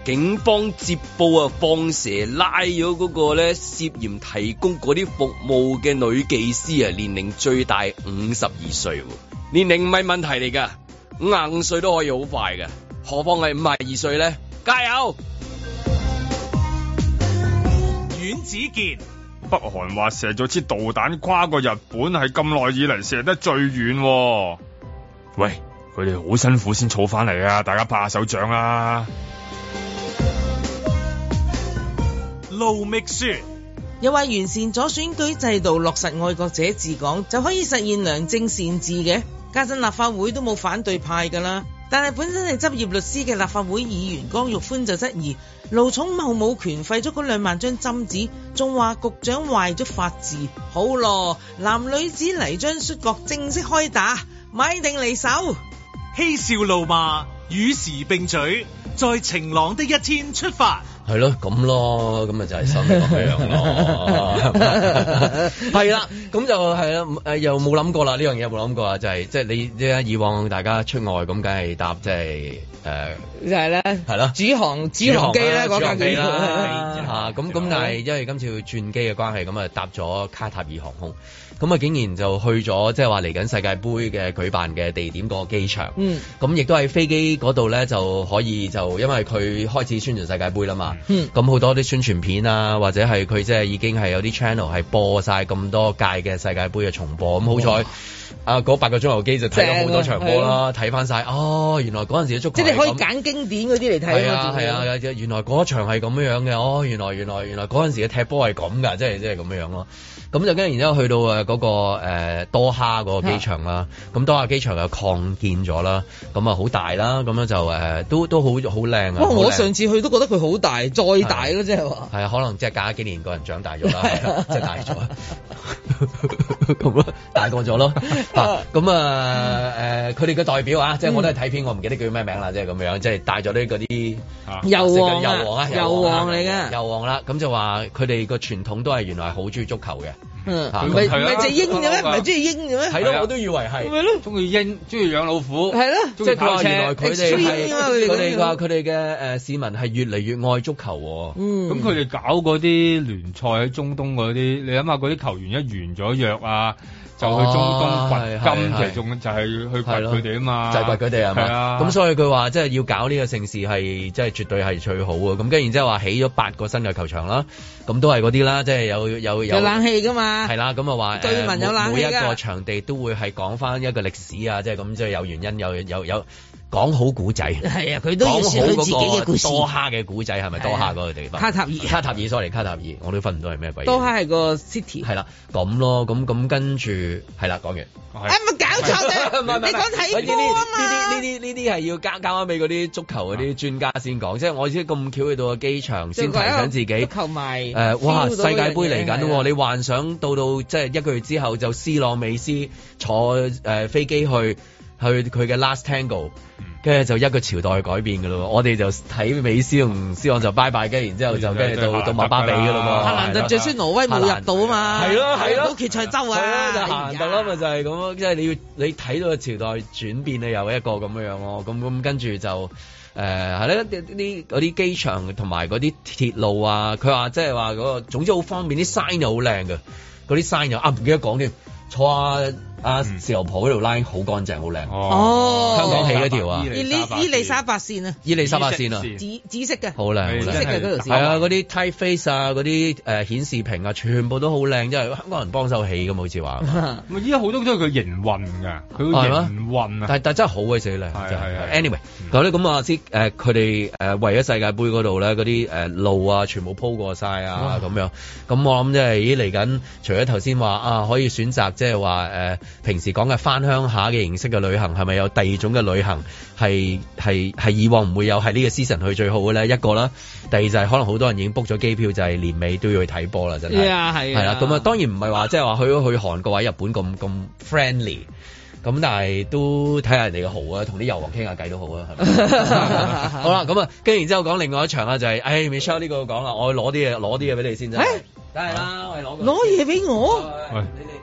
R: 警方接報啊，放蛇拉咗嗰個咧涉嫌提供嗰啲服務嘅女技師啊，年齡最大五十二歲喎，年齡唔係問題嚟㗎，五廿五歲都可以好快㗎，何況係五廿二歲咧？加油！
A: 阮子健、
C: 北韓話射咗支導彈跨過日本係咁耐以嚟射得最遠喎、喂，佢哋好辛苦先儲翻嚟啊！大家拍下手掌啊啦。
A: 盧覓雪、
D: 又話完善咗選舉制度，落實愛國者治港，就可以實現良政善治嘅。家陣立法會都冇反對派㗎啦，但係本身係執業律師嘅立法會議員江玉歡就質疑盧寵茂冇權廢咗嗰兩萬張針紙，仲話局長壞咗法治。好咯，男女子泥漿摔角正式開打，買定離手。
A: 嬉笑怒罵，與時並舉，在晴朗的一天出發。
B: 係咯，咁咯，咁咪就係心咁樣 咯。係啦，咁就係啦，誒又冇諗過啦，呢樣嘢冇諗過啦，啊就係即係你即係以往大家出外咁，梗係搭即係誒
D: 就係咧，
B: 係咯。
D: 主航主航機啦，嗰架
B: 主航機
D: 叫
B: 啦，啊咁咁，但係因為今次要轉機嘅關係，咁啊搭咗卡塔爾航空。咁啊竟然就去咗即係話嚟緊世界盃嘅舉辦嘅地點個機場。
D: 嗯，
B: 咁亦都喺飛機嗰度咧就可以就因為佢開始宣傳世界盃啦嘛，
D: 嗯
B: 咁好多啲宣傳片啊，或者係佢即係已經係有啲 channel 係播晒咁多屆嘅世界盃嘅重播，咁好彩啊嗰八個鐘頭機就睇咗好多場波啦，睇翻晒哦，原來嗰陣時嘅足球
D: 啊即係你可以
B: 係咁
D: 揀經典嗰啲嚟睇
B: 係
D: 啊
B: 啊
D: 嘛
B: 係啊，原來嗰場係咁樣樣嘅，哦，原來原來原來嗰陣時嘅踢波係咁㗎，即係即係咁樣樣咯。咁就跟住然之後去到誒嗰個誒多哈嗰個機場啦，
D: 嗯
B: 咁多哈機場又擴建咗啦，咁啊好大啦，咁樣就誒都都好好靚啊！
D: 哇！
B: 好靚
D: 我上次去都覺得佢好大，再大咯，即係話。
B: 係啊，可能即係隔幾年個人長大 咗啦，係啊即係大咗咁咯，大個咗 咯。啊咁啊誒，佢哋嘅代表啊，即係我都係睇片，我唔記得叫咩名啦，即係咁樣，即係帶咗啲嗰啲
D: 油王啊
B: 油王啊，
D: 油王嚟
B: 啊
D: 嘅
B: 油王啦。咁就話佢哋個傳統都係原來好中意足球嘅。
D: 嗯
B: 啊
D: 唔係唔係隻鷹嘅咩？唔係中意鷹嘅咩？
B: 係啊咯，我都以為係。
D: 咪咯，
B: 中意鷹，中意養老虎
D: 係咯
B: 即係佢話原來佢哋
D: Extreme 啊
B: 係
D: 佢哋
B: 佢哋話
D: 嗰啲
B: 佢哋嘅誒呃市民係越嚟越愛足球喎。
D: 嗯
C: 咁佢哋搞嗰啲聯賽喺中東嗰啲，你諗下嗰啲球員一完咗約啊，就去中東掘
B: 哦
C: 金，
B: 係
C: 其
B: 係
C: 實仲就係去掘
B: 係咯
C: 佢哋啊嘛，
B: 就係掘佢哋係
C: 係啊
B: 嘛？，咁所以佢話即係要搞呢個盛事係即係絕對係最好啊嘅。咁跟住然之後話起咗八個新嘅球場啦，咁都係嗰啲啦，即係有有
D: 有冷氣㗎嘛。
B: 係啦，咁啊話
D: 據
B: 誒
D: 聞有冷氣
B: 每每一
D: 㗎
B: 個場地都會係講翻一個歷史啊，即係咁，即係有原因，有有有講好古仔。
D: 係啊佢都要
B: 講好
D: 說佢自己
B: 嗰
D: 嘅
B: 個
D: 故事
B: 多哈嘅古仔係咪
D: 係啊
B: 多哈嗰個地方？
D: 卡塔爾
B: 卡塔爾，sorry，卡塔爾，我都分唔到係咩鬼嘢。
D: 多哈係個 city。
B: 係啦，咁咯，咁咁跟住係啦，講完。
D: 啊，咪搞 錯
B: 唔係
D: 啫！
B: 唔係
D: 你講睇波啊嘛。啊
B: 呢啲呢啲係要交交翻俾嗰啲足球嗰啲專家先講，即係我先咁巧去到個機場先提醒自己。
D: 足球迷
B: 誒、呃哇！世界盃嚟緊喎，
D: 你
B: 你幻想到到即係一個月之後就 C 朗、美斯坐誒、呃、飛機去去佢嘅 Last Tango，跟住就一個朝代改變㗎咯喎。我哋就睇美斯同 C 朗就拜拜，跟住然之後就跟住到到馬巴比㗎咯喎。
D: 夏蘭特最衰挪威冇入到啊嘛。
B: 係咯係咯
D: 冇決賽周
B: 係
D: 啊。
B: 咯就行特啦，咪就係咁咯，即係你要你睇到個朝代轉變啊，又一個咁樣樣咯，咁咁跟住就。誒係咧，啲啲嗰啲機場同埋嗰啲鐵路啊，佢話即係話嗰個總之好方便，啲 sign 又好靚嘅，嗰啲 sign 又啊唔記得講添，坐下阿豉油婆嗰條 line 好乾淨，好靚。
D: 哦
B: 香港起嗰條啊，
D: 伊麗伊麗莎白線啊。
B: 伊麗莎白線啊
D: 紫紫色嘅。
B: 好靚，好
D: 紫色嘅嗰條線。
B: 係啊，嗰啲 typeface 啊，嗰啲誒顯示屏啊，全部都好靚，因為香港人幫手起咁，好似話。
C: 咪啊依家好多都係佢營運㗎，佢個
B: 係
C: 營運啊，
B: 但但真係好鬼死靚，真係。anyway，咁咧
C: 嗯
B: 咁啊，知誒佢哋誒為咗世界盃嗰度咧，嗰啲誒路啊，全部鋪過晒啊咁樣。咁我諗即係咦嚟緊，除咗頭先話啊，可以選擇即係話誒平時講嘅翻鄉下嘅形式嘅旅行，係咪有第二種嘅旅行係係係以往唔會有係呢個 season 去最好嘅咧？一個啦，第二就係可能好多人已經 book 咗機票，就係年尾都要去睇波啦，真係。
D: 係啊係啊
B: 係啦，咁啊當然唔係話即係話去去韓國或者日本咁咁 friendly。咁但係都睇下人哋嘅好啊，同啲遊王傾下偈都好啊，係咪？ 好啦，咁啊，跟住然之後講另外一場啦，啊就係、唉 Michelle 呢個講啦，我攞啲嘢攞啲嘢俾你先啫。梗係啦，我係攞
D: 攞嘢俾我。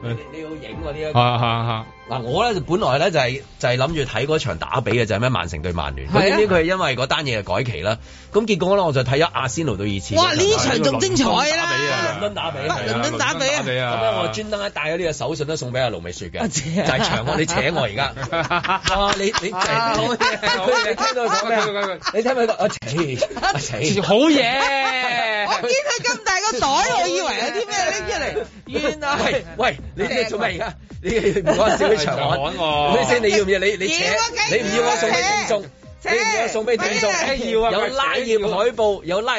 B: 你你你要影嗰啲
C: 啊啊
B: 嗱，我咧就本來咧就係、就係諗住睇嗰場打比嘅就係咩曼城對曼聯，咁
D: 係
B: 點
D: 啊
B: 知佢係因為嗰單嘢改期啦，咁結果咧我就睇咗阿仙奴對熱刺嗰場啊打
D: 哇！呢
B: 比。
D: 場仲精彩啊啦。
B: 倫敦打比，
D: 倫敦打比啊。
B: 咁咧我專登咧帶咗呢個手信都送俾阿盧美雪嘅，就係長安，你扯我而家。哇！你你你聽到講咩？你聽唔聽到？我扯我扯，
C: 好嘢！
D: 我見佢咁大個袋，我以為有啲咩拎出嚟，原來
B: 喂喂，你你做咩而家？你唔講少啲長安，你先你要唔要？你你扯，你唔要我送俾聽眾，你唔要我送俾聽眾，有拉頁海報，有拉。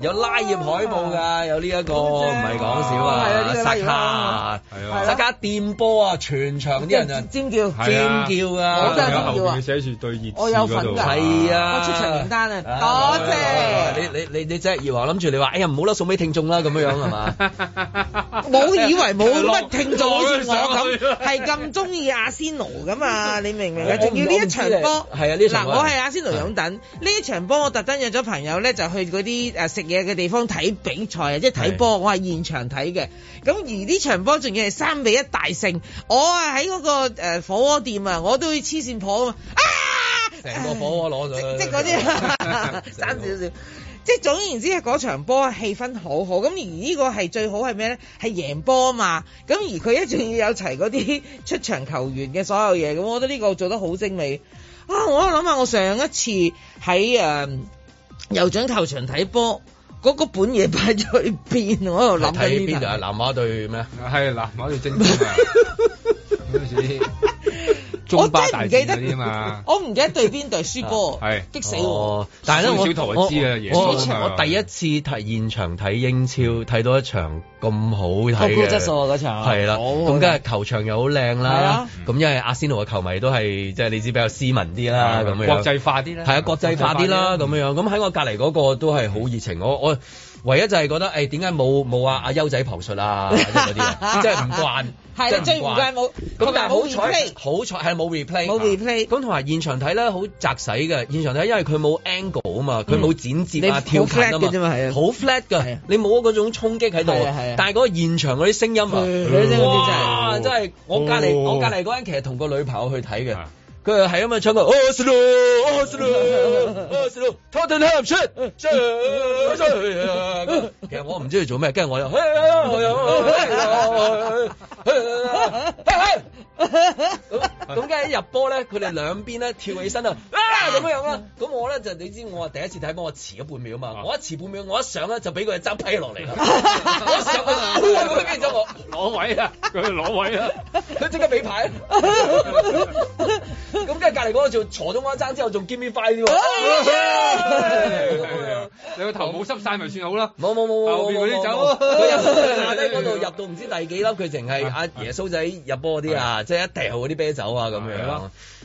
B: 有拉頁海報㗎，有呢一個哦唔係講少啊，薩卡，
C: 啊
B: 薩卡掂波啊，全場啲人啊
D: 尖叫
B: 尖叫啊！
C: 我有後面寫住對熱刺嗰度，
B: 係啊，
D: 我出場名單啊，
B: 啊
D: 多謝。
B: 你你你你真係以為我諗住你話，哎呀唔好啦，送俾聽眾啦咁樣樣係嘛？
D: 冇以為冇 乜聽眾好似我咁，係咁中意阿仙奴 噶嘛？你明唔明啊？
B: 我我唔
D: 仲要呢一場波，
B: 我唔知你係啊呢一場
D: 嗱，
B: 波
D: 我係阿仙奴擁趸，呢一場波我特登約咗朋友咧，就去嗰啲誒食嘢嘅地方睇比賽啊，即係睇波，我係現場睇嘅。咁而呢場波仲要係三比一大勝，我啊喺嗰個誒火鍋店啊，我都去黐線婆啊嘛，啊！
B: 成個火鍋攞咗，
D: 即嗰啲爭少少。即係總言之，嗰場波氣氛好好，咁而呢個係最好係咩咧？係贏波啊嘛，咁而佢一定要有齊嗰啲出場球員嘅所有嘢，咁我覺得呢個做得好精美。啊，我諗下，我上一次喺誒、呃、酋長球場睇波，嗰、個本嘢擺咗去邊？我喺度諗
B: 睇
D: 緊呢
B: 邊度啊？
D: 題
B: 南華對咩？
C: 係南華對精英啊！嗰陣時中巴大戰嗰啲
B: 啊
C: 嘛，
D: 我唔記得對邊隊 輸波，
C: 係
D: 激死我！
B: 哦但係咧，我
C: 小圖就知啊贏
B: 我我
C: 波啊
B: 我第一次睇現場睇英超，睇到一場咁好睇嘅，
S: 高質素啊嗰場
B: 係啦，
S: 好
B: 咁梗係球場又好靚
S: 係
B: 啦
S: 啊，
B: 咁因為阿仙奴嘅球迷都係即係你知比較斯文啲啦，
C: 係
B: 啊
C: 啊
B: 咁樣
C: 國際化啲啦
B: 係啊，國際化啲啦，咁
C: 國際化啲
B: 樣咁喺我隔離嗰個都係好熱情，我我。唯一就係覺得誒點解冇冇啊阿優仔刨術啊即係嗰啲啊，即係唔慣，
D: 係
B: 即
D: 啦，
B: 係
D: 最唔怪冇，
B: 咁但
D: 同
B: 係
D: 埋
B: 好
D: 冇
B: 彩
D: replay，
B: 好彩係冇 replay，
D: 冇 replay。
B: 咁同埋現場睇咧好窄使嘅，現場睇因為佢冇 angle 啊嘛，佢冇剪接啊、
D: 嗯
B: 跳
D: 你好
B: 近啊
D: flat 嘅啫嘛係啊
B: 好 flat 㗎，你冇嗰種衝擊喺度
D: 係啊係啊
B: 啊。但係嗰個現場嗰啲聲音
D: 嗰啲聲嗰啲真係
B: 啊，哇！真係我隔離
D: 哦
B: 我隔離嗰陣其實同個女朋友去睇嘅。佢係咁樣唱個 Oh s l o Oh s l o Oh s l o Tottenham shit shit shit 啊咁其實我唔知佢做咩，跟住我又， 咁梗係一入波咧，佢哋兩邊咧跳起身 啊，啊啊咁樣樣啦。咁我咧就你知我第一次睇波，我遲咗半秒嘛，我一遲半秒，我一上咧就俾佢執批落嚟啦。我一上佢跟住就我啊攞位啊，佢攞位啊，佢即刻俾 牌。咁跟住隔離嗰個就坐咗我一爭之後，仲 give me five
C: 哎
B: 添喎。
C: 你個頭冇濕晒咪算好啦，
B: 冇冇冇冇，
C: 後邊嗰
B: 冇冇
C: 啲 走，
B: 佢入下低嗰度入到唔知第幾粒，佢淨係阿耶穌仔入波嗰啲啊，即係一掉嗰啲啤酒啊咁樣。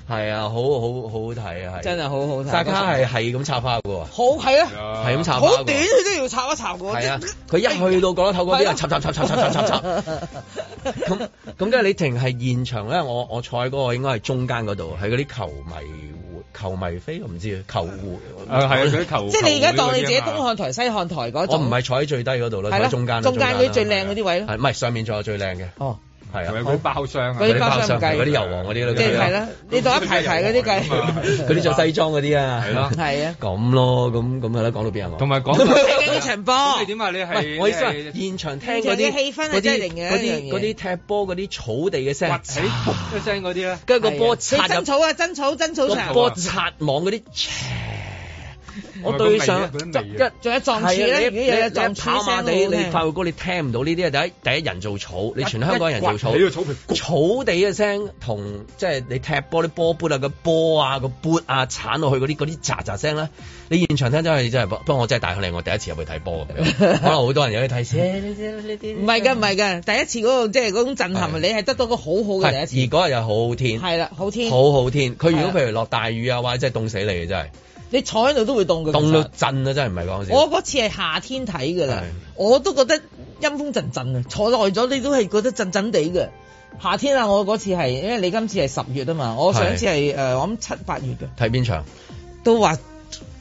B: 係啊，好好好好睇啊，係
D: 真係好好睇
B: 沙卡係係咁插花嘅喎，
D: 好係啊，
B: 係咁插花
D: 好
B: 嘅
D: 短
B: 喎。
D: 佢都要插一插嘅喎，
B: 係啊佢
D: 即，
B: 一去到角落頭嗰邊啊，插插插插插插插 插。咁咁跟住你停係現場咧，我我坐喺嗰個應該係中間嗰度，係嗰啲球迷會球迷飛，我唔知啊球會。
C: 啊係啊嗰啲球
D: 即係你而家當你自己東看台西看台嗰
B: 我
D: 種，
B: 唔係坐喺最低嗰度咯，坐
D: 啊係啦
B: 喺中間啦
D: 中間嗰啲最靚嗰啲位咯
B: 係唔係上面仲有最靚嘅？
D: 哦，
B: 係啊，
C: 嗰啲包廂
B: 嗰啲
C: 啊
B: 包
D: 嗰啲包廂
B: 廂
D: 唔計
B: 嗰啲油王嗰啲咯，
D: 即係係啦，你當一排排嗰啲計，
B: 嗰啲着西裝嗰啲啊，
C: 係咯
D: 係啊，
B: 咁咯，咁咁係啦，講到邊啊？同
C: 埋講
D: 睇緊呢場波，
C: 點啊？你
B: 喂我意思係現場聽嗰
D: 現
B: 啲
D: 場嘅氣氛係
B: 嗰啲
D: 真係另嘅
B: 嗰
D: 一樣
B: 啲
D: 嘢
B: 嗰啲踢波嗰啲草地嘅聲，
C: 起一聲嗰啲咧，
B: 跟住個波
D: 係
B: 擦
D: 啊你真
B: 入
D: 草啊，真草真草
B: 個
D: 場，
B: 波擦網嗰啲，我對上
D: 一仲有撞柱
B: 係啊
D: 咧，
B: 你
D: 如果有
B: 你
D: 有撞柱
B: 跑馬
D: 聲
B: 地，
D: 咧，
B: 你快活哥，你聽唔到呢啲啊！第一第一人造草，你全香港人造草，
C: 一刮起個草
B: 草地嘅聲同即係你踢波啲波撥啊、個波啊、個撥啊鏟落去嗰啲嗰啲喳喳聲咧，你現場聽真係真係不不過我真係大開嚟，我第一次入去睇波咁樣，可能好多人有去睇先。
D: 唔係㗎唔係㗎，第一次嗰個即係嗰種震撼，你係得到個好好
B: 係
D: 嘅第一次。
B: 而嗰日又好好天，
D: 係啦，好天，
B: 好好天。佢如
D: 係
B: 果譬
D: 啦
B: 如落大雨啊，或者真係凍死你嘅真係，
D: 你坐喺度都會凍嘅。
B: 凍
D: 其
B: 到
D: 實
B: 震啊！真係唔係講笑。
D: 我嗰次係夏天睇㗎啦，我都覺得陰風陣陣啊，坐耐咗你都係覺得陣陣地嘅。夏天啊，我嗰次係，因為你今次係十月啊嘛，我上次係誒、呃我諗七八月嘅，
B: 睇邊場？
D: 都話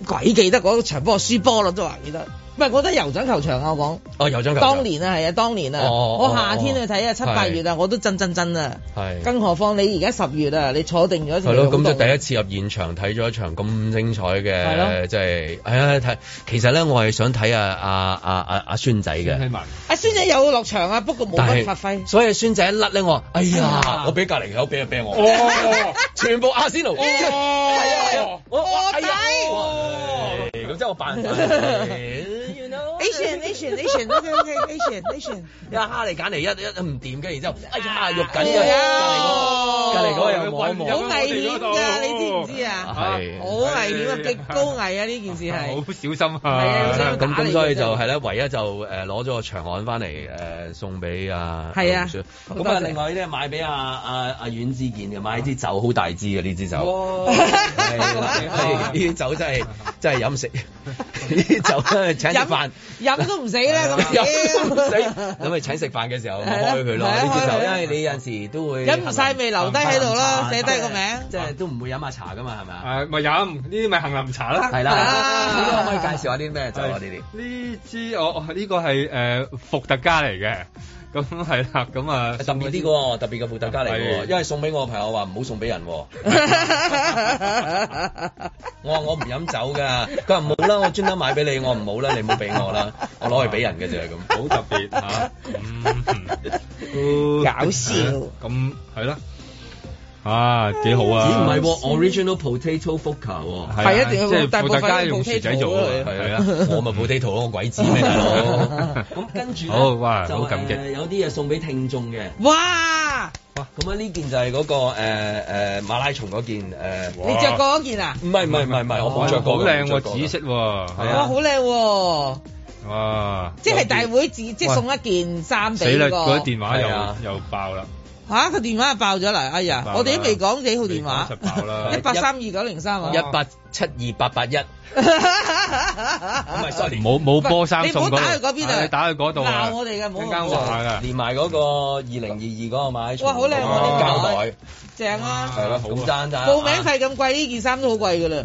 D: 鬼記得嗰場波輸波啦，都話記得。唔係，我覺得酋長球場啊，我
B: 哦，有張
D: 講
B: 球。
D: 當年啊，係啊，當年啊，
B: 哦
D: 我夏天去睇啊，
B: 哦
D: 七八月啊，我都震震震啊，
B: 係。
D: 更何況你而家十月啊，你坐定咗
B: 係
D: 條
B: 咯，咁就
D: 就
B: 第一次入現場睇咗一場咁精彩
D: 係咯
B: 嘅，即係係啊睇。其實咧，我係想睇啊啊啊啊阿孫仔嘅，
D: 阿孫仔有落場啊，不過冇乜發揮。
B: 所以孫仔一甩咧，我話哎 呀，我俾隔離友俾啊俾我，
D: 哦
B: 全部阿仙奴，係啊係啊我我哎呀，哦咁即係我扮 哎晒。
D: Asian Asian Asian OK OK Asian Asian
B: 一哈嚟揀嚟一一唔掂嘅，然之後哎呀肉緊
D: 哎
B: 嘅，隔離嗰個隔離嗰個又望一望，
D: 好危險㗎，你知唔知啊？
B: 係
D: 好危險啊，極高危啊！呢件事係
C: 好小心啊！
B: 咁咁所以就係咧，唯一就誒攞咗個長案翻嚟誒送俾啊，
D: 係啊好
B: 咁
D: 多
B: 啊
D: 謝
B: 另外呢買俾阿阿阿阮志健嘅，買支酒好大支嘅呢支酒，係啦係呢啲酒真係真係飲食，呢啲酒咧請食飯。
D: 飲都唔死啦咁，
B: 飲唔
D: 屌
B: 死，咁咪請食飯嘅時候咪
D: 係啦
B: 開佢咯。
D: 係啊
B: 呢支
D: 開
B: 酒，
D: 佢
B: 因為你有陣時都會
D: 飲唔晒咪留低喺度啦
B: 係咪
D: 寫低個名
B: 即係都唔會飲下茶噶嘛，係咪啊？
C: 誒咪飲呢啲咪杏林茶啦，哦
B: 係啦，呢個可以介紹下啲咩酒啊？呢啲
C: 呃呢支我我呢個係誒伏特加嚟嘅，咁係啦，咁啊
B: 特別啲嘅喎，特別嘅伏特加嚟嘅喎，
C: 係
B: 因為送俾我嘅朋友話唔好送俾人 喎。我話我唔飲酒㗎，佢話唔好啦，我專登買俾你，我唔好啦，你唔好俾我 啦，我攞去俾人嘅啫咁。嗯
C: 好特別嚇，嗯
B: 搞笑
C: 咁係啦，啊幾好啊！
B: 咦唔係喎，original potato vodka 喎，
C: 係啊係一定要即係大部分都係伏特加用薯仔做喎 potato 咯
B: 係
C: 係
B: 啊
C: 啊，
B: 我咪 potato 咯，我鬼知 咩大佬？咁跟住
C: 好哇
B: 就
C: 好感激
B: 誒有啲嘢送俾聽眾嘅。
D: 哇！
B: 咁啊，呢件就係嗰個誒誒馬拉松嗰件誒，
D: 你着過嗰件啊？
B: 唔係唔係唔係唔係，我冇着過
C: 好
B: 嘅，冇
C: 靚喎，
B: 着過嘅
C: 紫色喎，
B: 啊
C: 係
D: 哇，好靚喎！
C: 哇！
D: 即係大會自即係送一件衫
C: 死
D: 俾
C: 啦！
D: 個
C: 嗰啲電話
B: 係啊
C: 又又爆啦，
D: 嚇個電話就爆咗嚟，哎呀
C: 爆！啦
D: 我哋都未講幾號電話
C: 未講就爆啦，
D: 一八三二九零三啊，
B: 一八七二八八一，唔
C: 哦
B: 係 sorry，
C: 冇冇波衫
D: 你唔好
C: 送嗰
D: 打去
C: 度，
D: 嗰邊啊
C: 係打去嗰度啊
D: 鬧！我哋嘅唔
C: 一
D: 好
C: 間話㗎，
B: 連埋嗰個二零二二嗰個買，
D: 哇好靚喎呢個
B: 膠袋
D: 正啊！
B: 係咯，咁爭爭
D: 報名費咁貴，呢件衫都好貴㗎啦。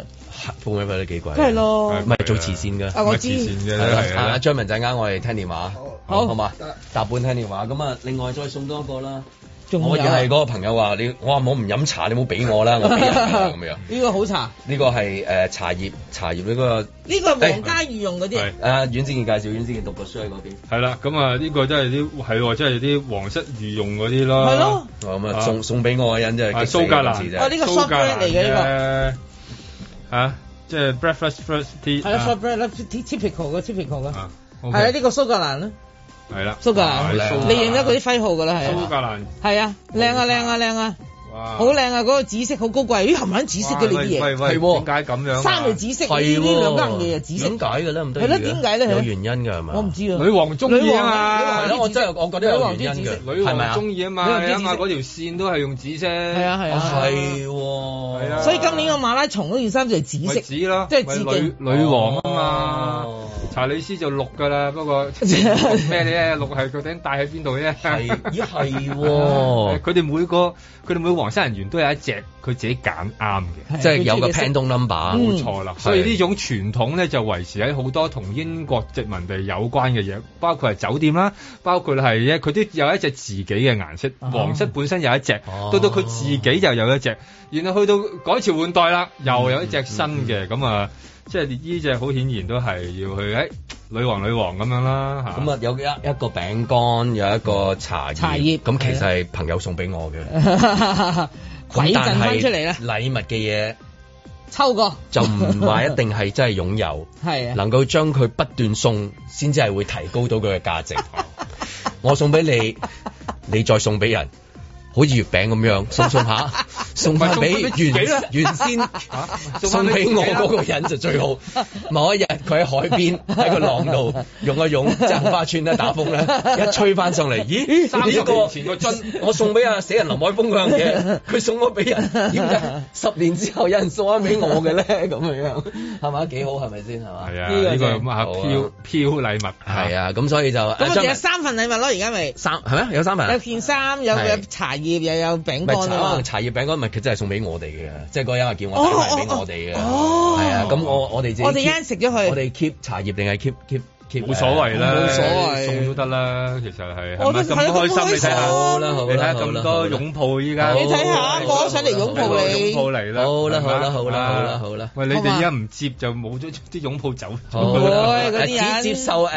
B: 報名費啊都幾貴，
D: 梗係咯
B: 唔係做慈善㗎，
D: 啊我知
C: 慈善嘅
B: 係啦
C: 係啊
B: 啊張文仔啱我哋聽電話，
D: 好
B: 好嘛，搭半聽電話咁啊，另外再送多一個啦。
D: 仲有啊
B: 我亦係嗰個朋友話你，我話我唔飲茶，你唔好俾我啦，我俾人 㗎咁樣。
D: 呢個好茶，
B: 呢個係誒茶葉，茶葉呢個
D: 呢個係皇家御用嗰啲。
B: 啊，阮子健介紹，阮子健讀過書喺嗰邊。
C: 係啦，咁啊呢個真係啲係喎，真係啲皇室御用嗰啲啦。
D: 係
B: 哦
D: 咯
B: 咁啊，送送俾我嘅人真係
C: 啊
B: 激死我
C: 蘇格蘭
B: 今次真係
D: 哦呢個 short bread 嚟嘅呢
C: 呢個嚇，即係 breakfast first tea
D: 個係
C: 啊
D: 啦 s h o r t b r e a d typical 嘅 typical 嘅，
C: OK
D: 係啦呢個蘇格蘭啊啦，
C: 係啦，
D: 蘇格蘭
C: 係啦
D: 你認得嗰啲徽號㗎啦，係
C: 啊蘇
D: 啊
C: 格蘭
D: 係啊，靚啊靚啊靚啊，
C: 哇，
D: 好靚啊！嗰個紫色好高貴，咦含撚紫色嘅呢啲
C: 喂
D: 嘢，
C: 喂喂，點解咁樣啊？
D: 衫係紫色，呢呢兩間嘢係紫色
B: 點。解嘅咧？唔得
D: 係咯點解咧
B: 有原因㗎係嘛？
D: 我唔知啊，
C: 女王中意啊
D: 女
C: 嘛
D: 王
B: 係咯，我真係我覺得有原因嘅，
C: 女
B: 係咪
C: 王
B: 啊？
C: 中意啊
D: 女
C: 嘛，
D: 王
C: 你
D: 中意
C: 啱啱嗰條線都係用紫色，係
D: 係啊係啊，
B: 哦係喎，
C: 係啊，
D: 所以今年個馬拉松嗰件衫就係紫
C: 咪
D: 色，
C: 紫咯，
D: 即係致
C: 咪女
D: 敬。
C: 女王啊嘛
B: 哦，
C: 查理斯就綠㗎啦，不 過綠咩咧？綠係究竟戴喺邊度啫？
B: 係咦係
C: 係啊
B: 喎，
C: 佢哋每個佢哋每個皇室人員都有一隻佢自己揀啱嘅，嗯
B: 即係有個
D: 佢自己
B: Pandong number，嗯
C: 冇錯啦。所以呢種傳統咧就維持喺好多同英國殖民地有關嘅嘢，包括係酒店啦，包括係咧佢都有一隻自己嘅顏色，
D: 啊
C: 皇室本身有一隻，
B: 哦
C: 到到佢自己就有一隻，然後去到改朝換代啦，又有一隻新嘅，咁啊，即係呢隻好顯然都係要去誒女王女王咁樣啦嚇。
B: 咁啊，有一一個餅乾，有一個茶葉，
D: 茶葉
B: 咁其實係朋友送俾我 嘅。
D: 鬼陣翻出嚟啦，
B: 但係禮物嘅嘢
D: 抽過
B: 就唔話一定係真係擁 有，
D: 係啊。
B: 能夠將佢不斷送，先至係會提高到佢嘅價 值。我送俾你，你再送俾人，好似月餅咁樣送送下，送翻俾
C: 咪送俾
B: 原
C: 自己啦
B: 原先送俾我嗰個人就最 好。某一日佢喺海 邊喺個浪度用一用，即係杏花村咧打風 咧，一吹翻上嚟，咦？
C: 三十
B: 呢個
C: 年前個樽
B: 我送俾阿死人林海峰嗰樣 嘢，佢送咗俾人，點解十年之後有人送翻俾我嘅咧？咁樣係嘛？幾好係咪先係嘛？
C: 係啊，
B: 個
C: 呢個
B: 真係
C: 咁啊
B: 好
C: 飄飄禮物
B: 係啊，咁所以就
D: 咁我
B: 張
D: 哋有
B: 文
D: 三份禮物咯，而家咪
B: 三係咩？有三份啊
D: 有件衫，有有
B: 係
D: 茶葉，又有餅
B: 唔係茶
D: 乾
B: 可
D: 啊嘛
B: 能。茶葉餅乾，咪佢真係送俾我哋嘅，即係嗰人係叫我
D: 哦
B: 帶埋俾我哋嘅，
D: 哦哦
B: 係啊，咁我我哋自己
D: 我哋
B: keep-
D: 一陣食咗佢
B: 我哋 keep 茶葉定係 keep keep keep
C: 冇所謂啦，
D: 冇所謂
C: 送都得啦，其實係係
D: 我
C: 咪
D: 都
C: 咁
D: 係咯
C: 開
D: 咁
C: 心？你睇
D: 開心
C: 下，
B: 好啦好啦，
C: 你睇下咁多擁抱依家，
B: 好
D: 你睇下
B: 好
D: 個個上嚟擁抱
C: 擁
D: 你
C: 抱嚟啦，
B: 好啦
C: 係嘛
B: 好啦好啦
C: 啊
B: 好啦好啦
C: 喂，你哋依家唔接就冇咗啲擁抱走
B: 好
C: 咗
D: 啦喂嗰啲人
B: 只接受誒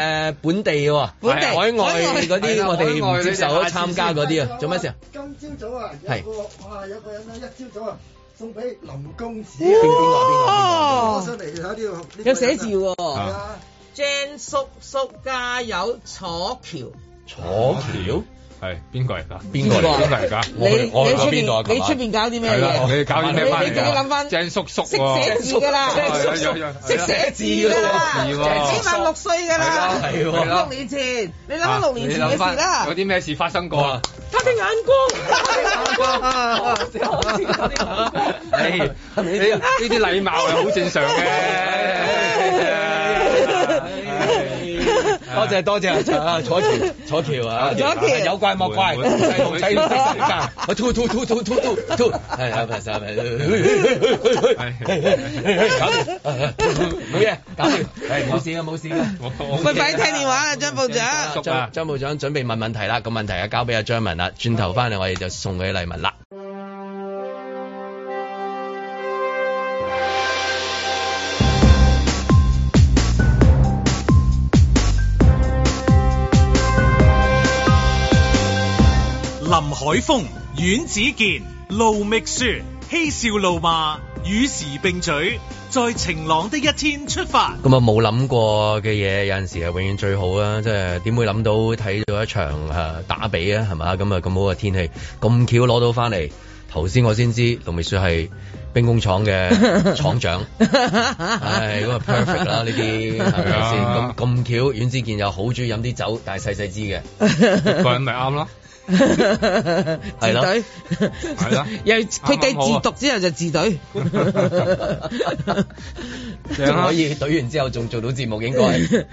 B: 本地喎，
D: 本地
B: 海外嗰
C: 係
B: 啲
C: 啦
B: 我哋
C: 海
B: 唔
C: 外
B: 接受
C: 你哋
B: 參加嗰啲啊，做咩事啊？
T: 今朝早啊，
B: 係
T: 有個哇，有個人咧，一朝早啊，送俾林公子
B: 邊
T: 啊，
B: 邊個邊個邊
T: 我
D: 哦
T: 上，嚟睇呢度，
D: 有寫字
T: 係
D: 喎。
T: 啊，
D: Jan 叔叔加油，楚橋。
B: 個？楚
D: 哦
B: 橋
C: 係邊個嚟㗎？
B: 邊個嚟
C: 邊個嚟㗎？
D: 你
B: 我去
D: 你
B: 我去
D: 出
B: 邊度啊
D: 邊你出
B: 琴晚
D: 邊搞啲咩
C: 係啦，
D: 嘢？
C: 你搞啲咩翻嚟㗎？
D: 你自己諗返
C: 鄭叔叔
D: 識
C: 喎，
D: 寫字㗎啦，
C: 鄭叔叔
D: 識寫字㗎啦，
C: 識寫字
D: 起
C: 喎
D: 碼六歲㗎啦，
B: 啊係啊喎係喎
D: 六年前，你諗下六年前
C: 啊你
D: 嘅
C: 諗
D: 事
C: 返
D: 啦
C: 有。啲咩事發生過啊？
D: 他的眼光，
C: 唉呢哎呢啲禮貌係好正常嘅。
B: 哎多謝多謝啊！楚橋楚橋啊，
D: 楚橋
B: 有怪莫怪，
C: 會會
B: 細路仔要識世界。
F: 我吐吐吐吐吐吐吐，係啊，拍手拍手，搞掂，冇嘢，搞掂，係冇事嘅冇事嘅。
D: 喂，快啲聽電話啦，張部長。
B: 啊
F: 張張部長準備問問題啦，個問題啊交俾阿張文啦，轉頭翻嚟我哋就送佢禮物啦。
A: 林海峰、阮子健、路觅雪，嬉笑怒罵，與時並舉，在晴朗的一天出發。
B: 咁啊冇諗過嘅嘢，有陣時係永遠最好啊！即係點會諗到睇到一場誒、呃打比啊，係嘛？咁啊咁好嘅天氣，咁巧攞到翻嚟，頭先我先知龍美雪係兵工廠嘅 廠長，唉咁啊 perfect 啦呢啲係
C: 係
B: 咪先？
C: 啊
B: 咁咁巧，阮之健又好中意飲啲酒，但係細細支嘅，
C: 個人咪啱咯。
B: 係咯
D: 隊
C: 係啦，
D: 又
B: 啊
D: 佢計
C: 啊
D: 自讀之後就自隊。
B: 仲
C: 啊
B: 可以懟完之後仲做到節目， 應該係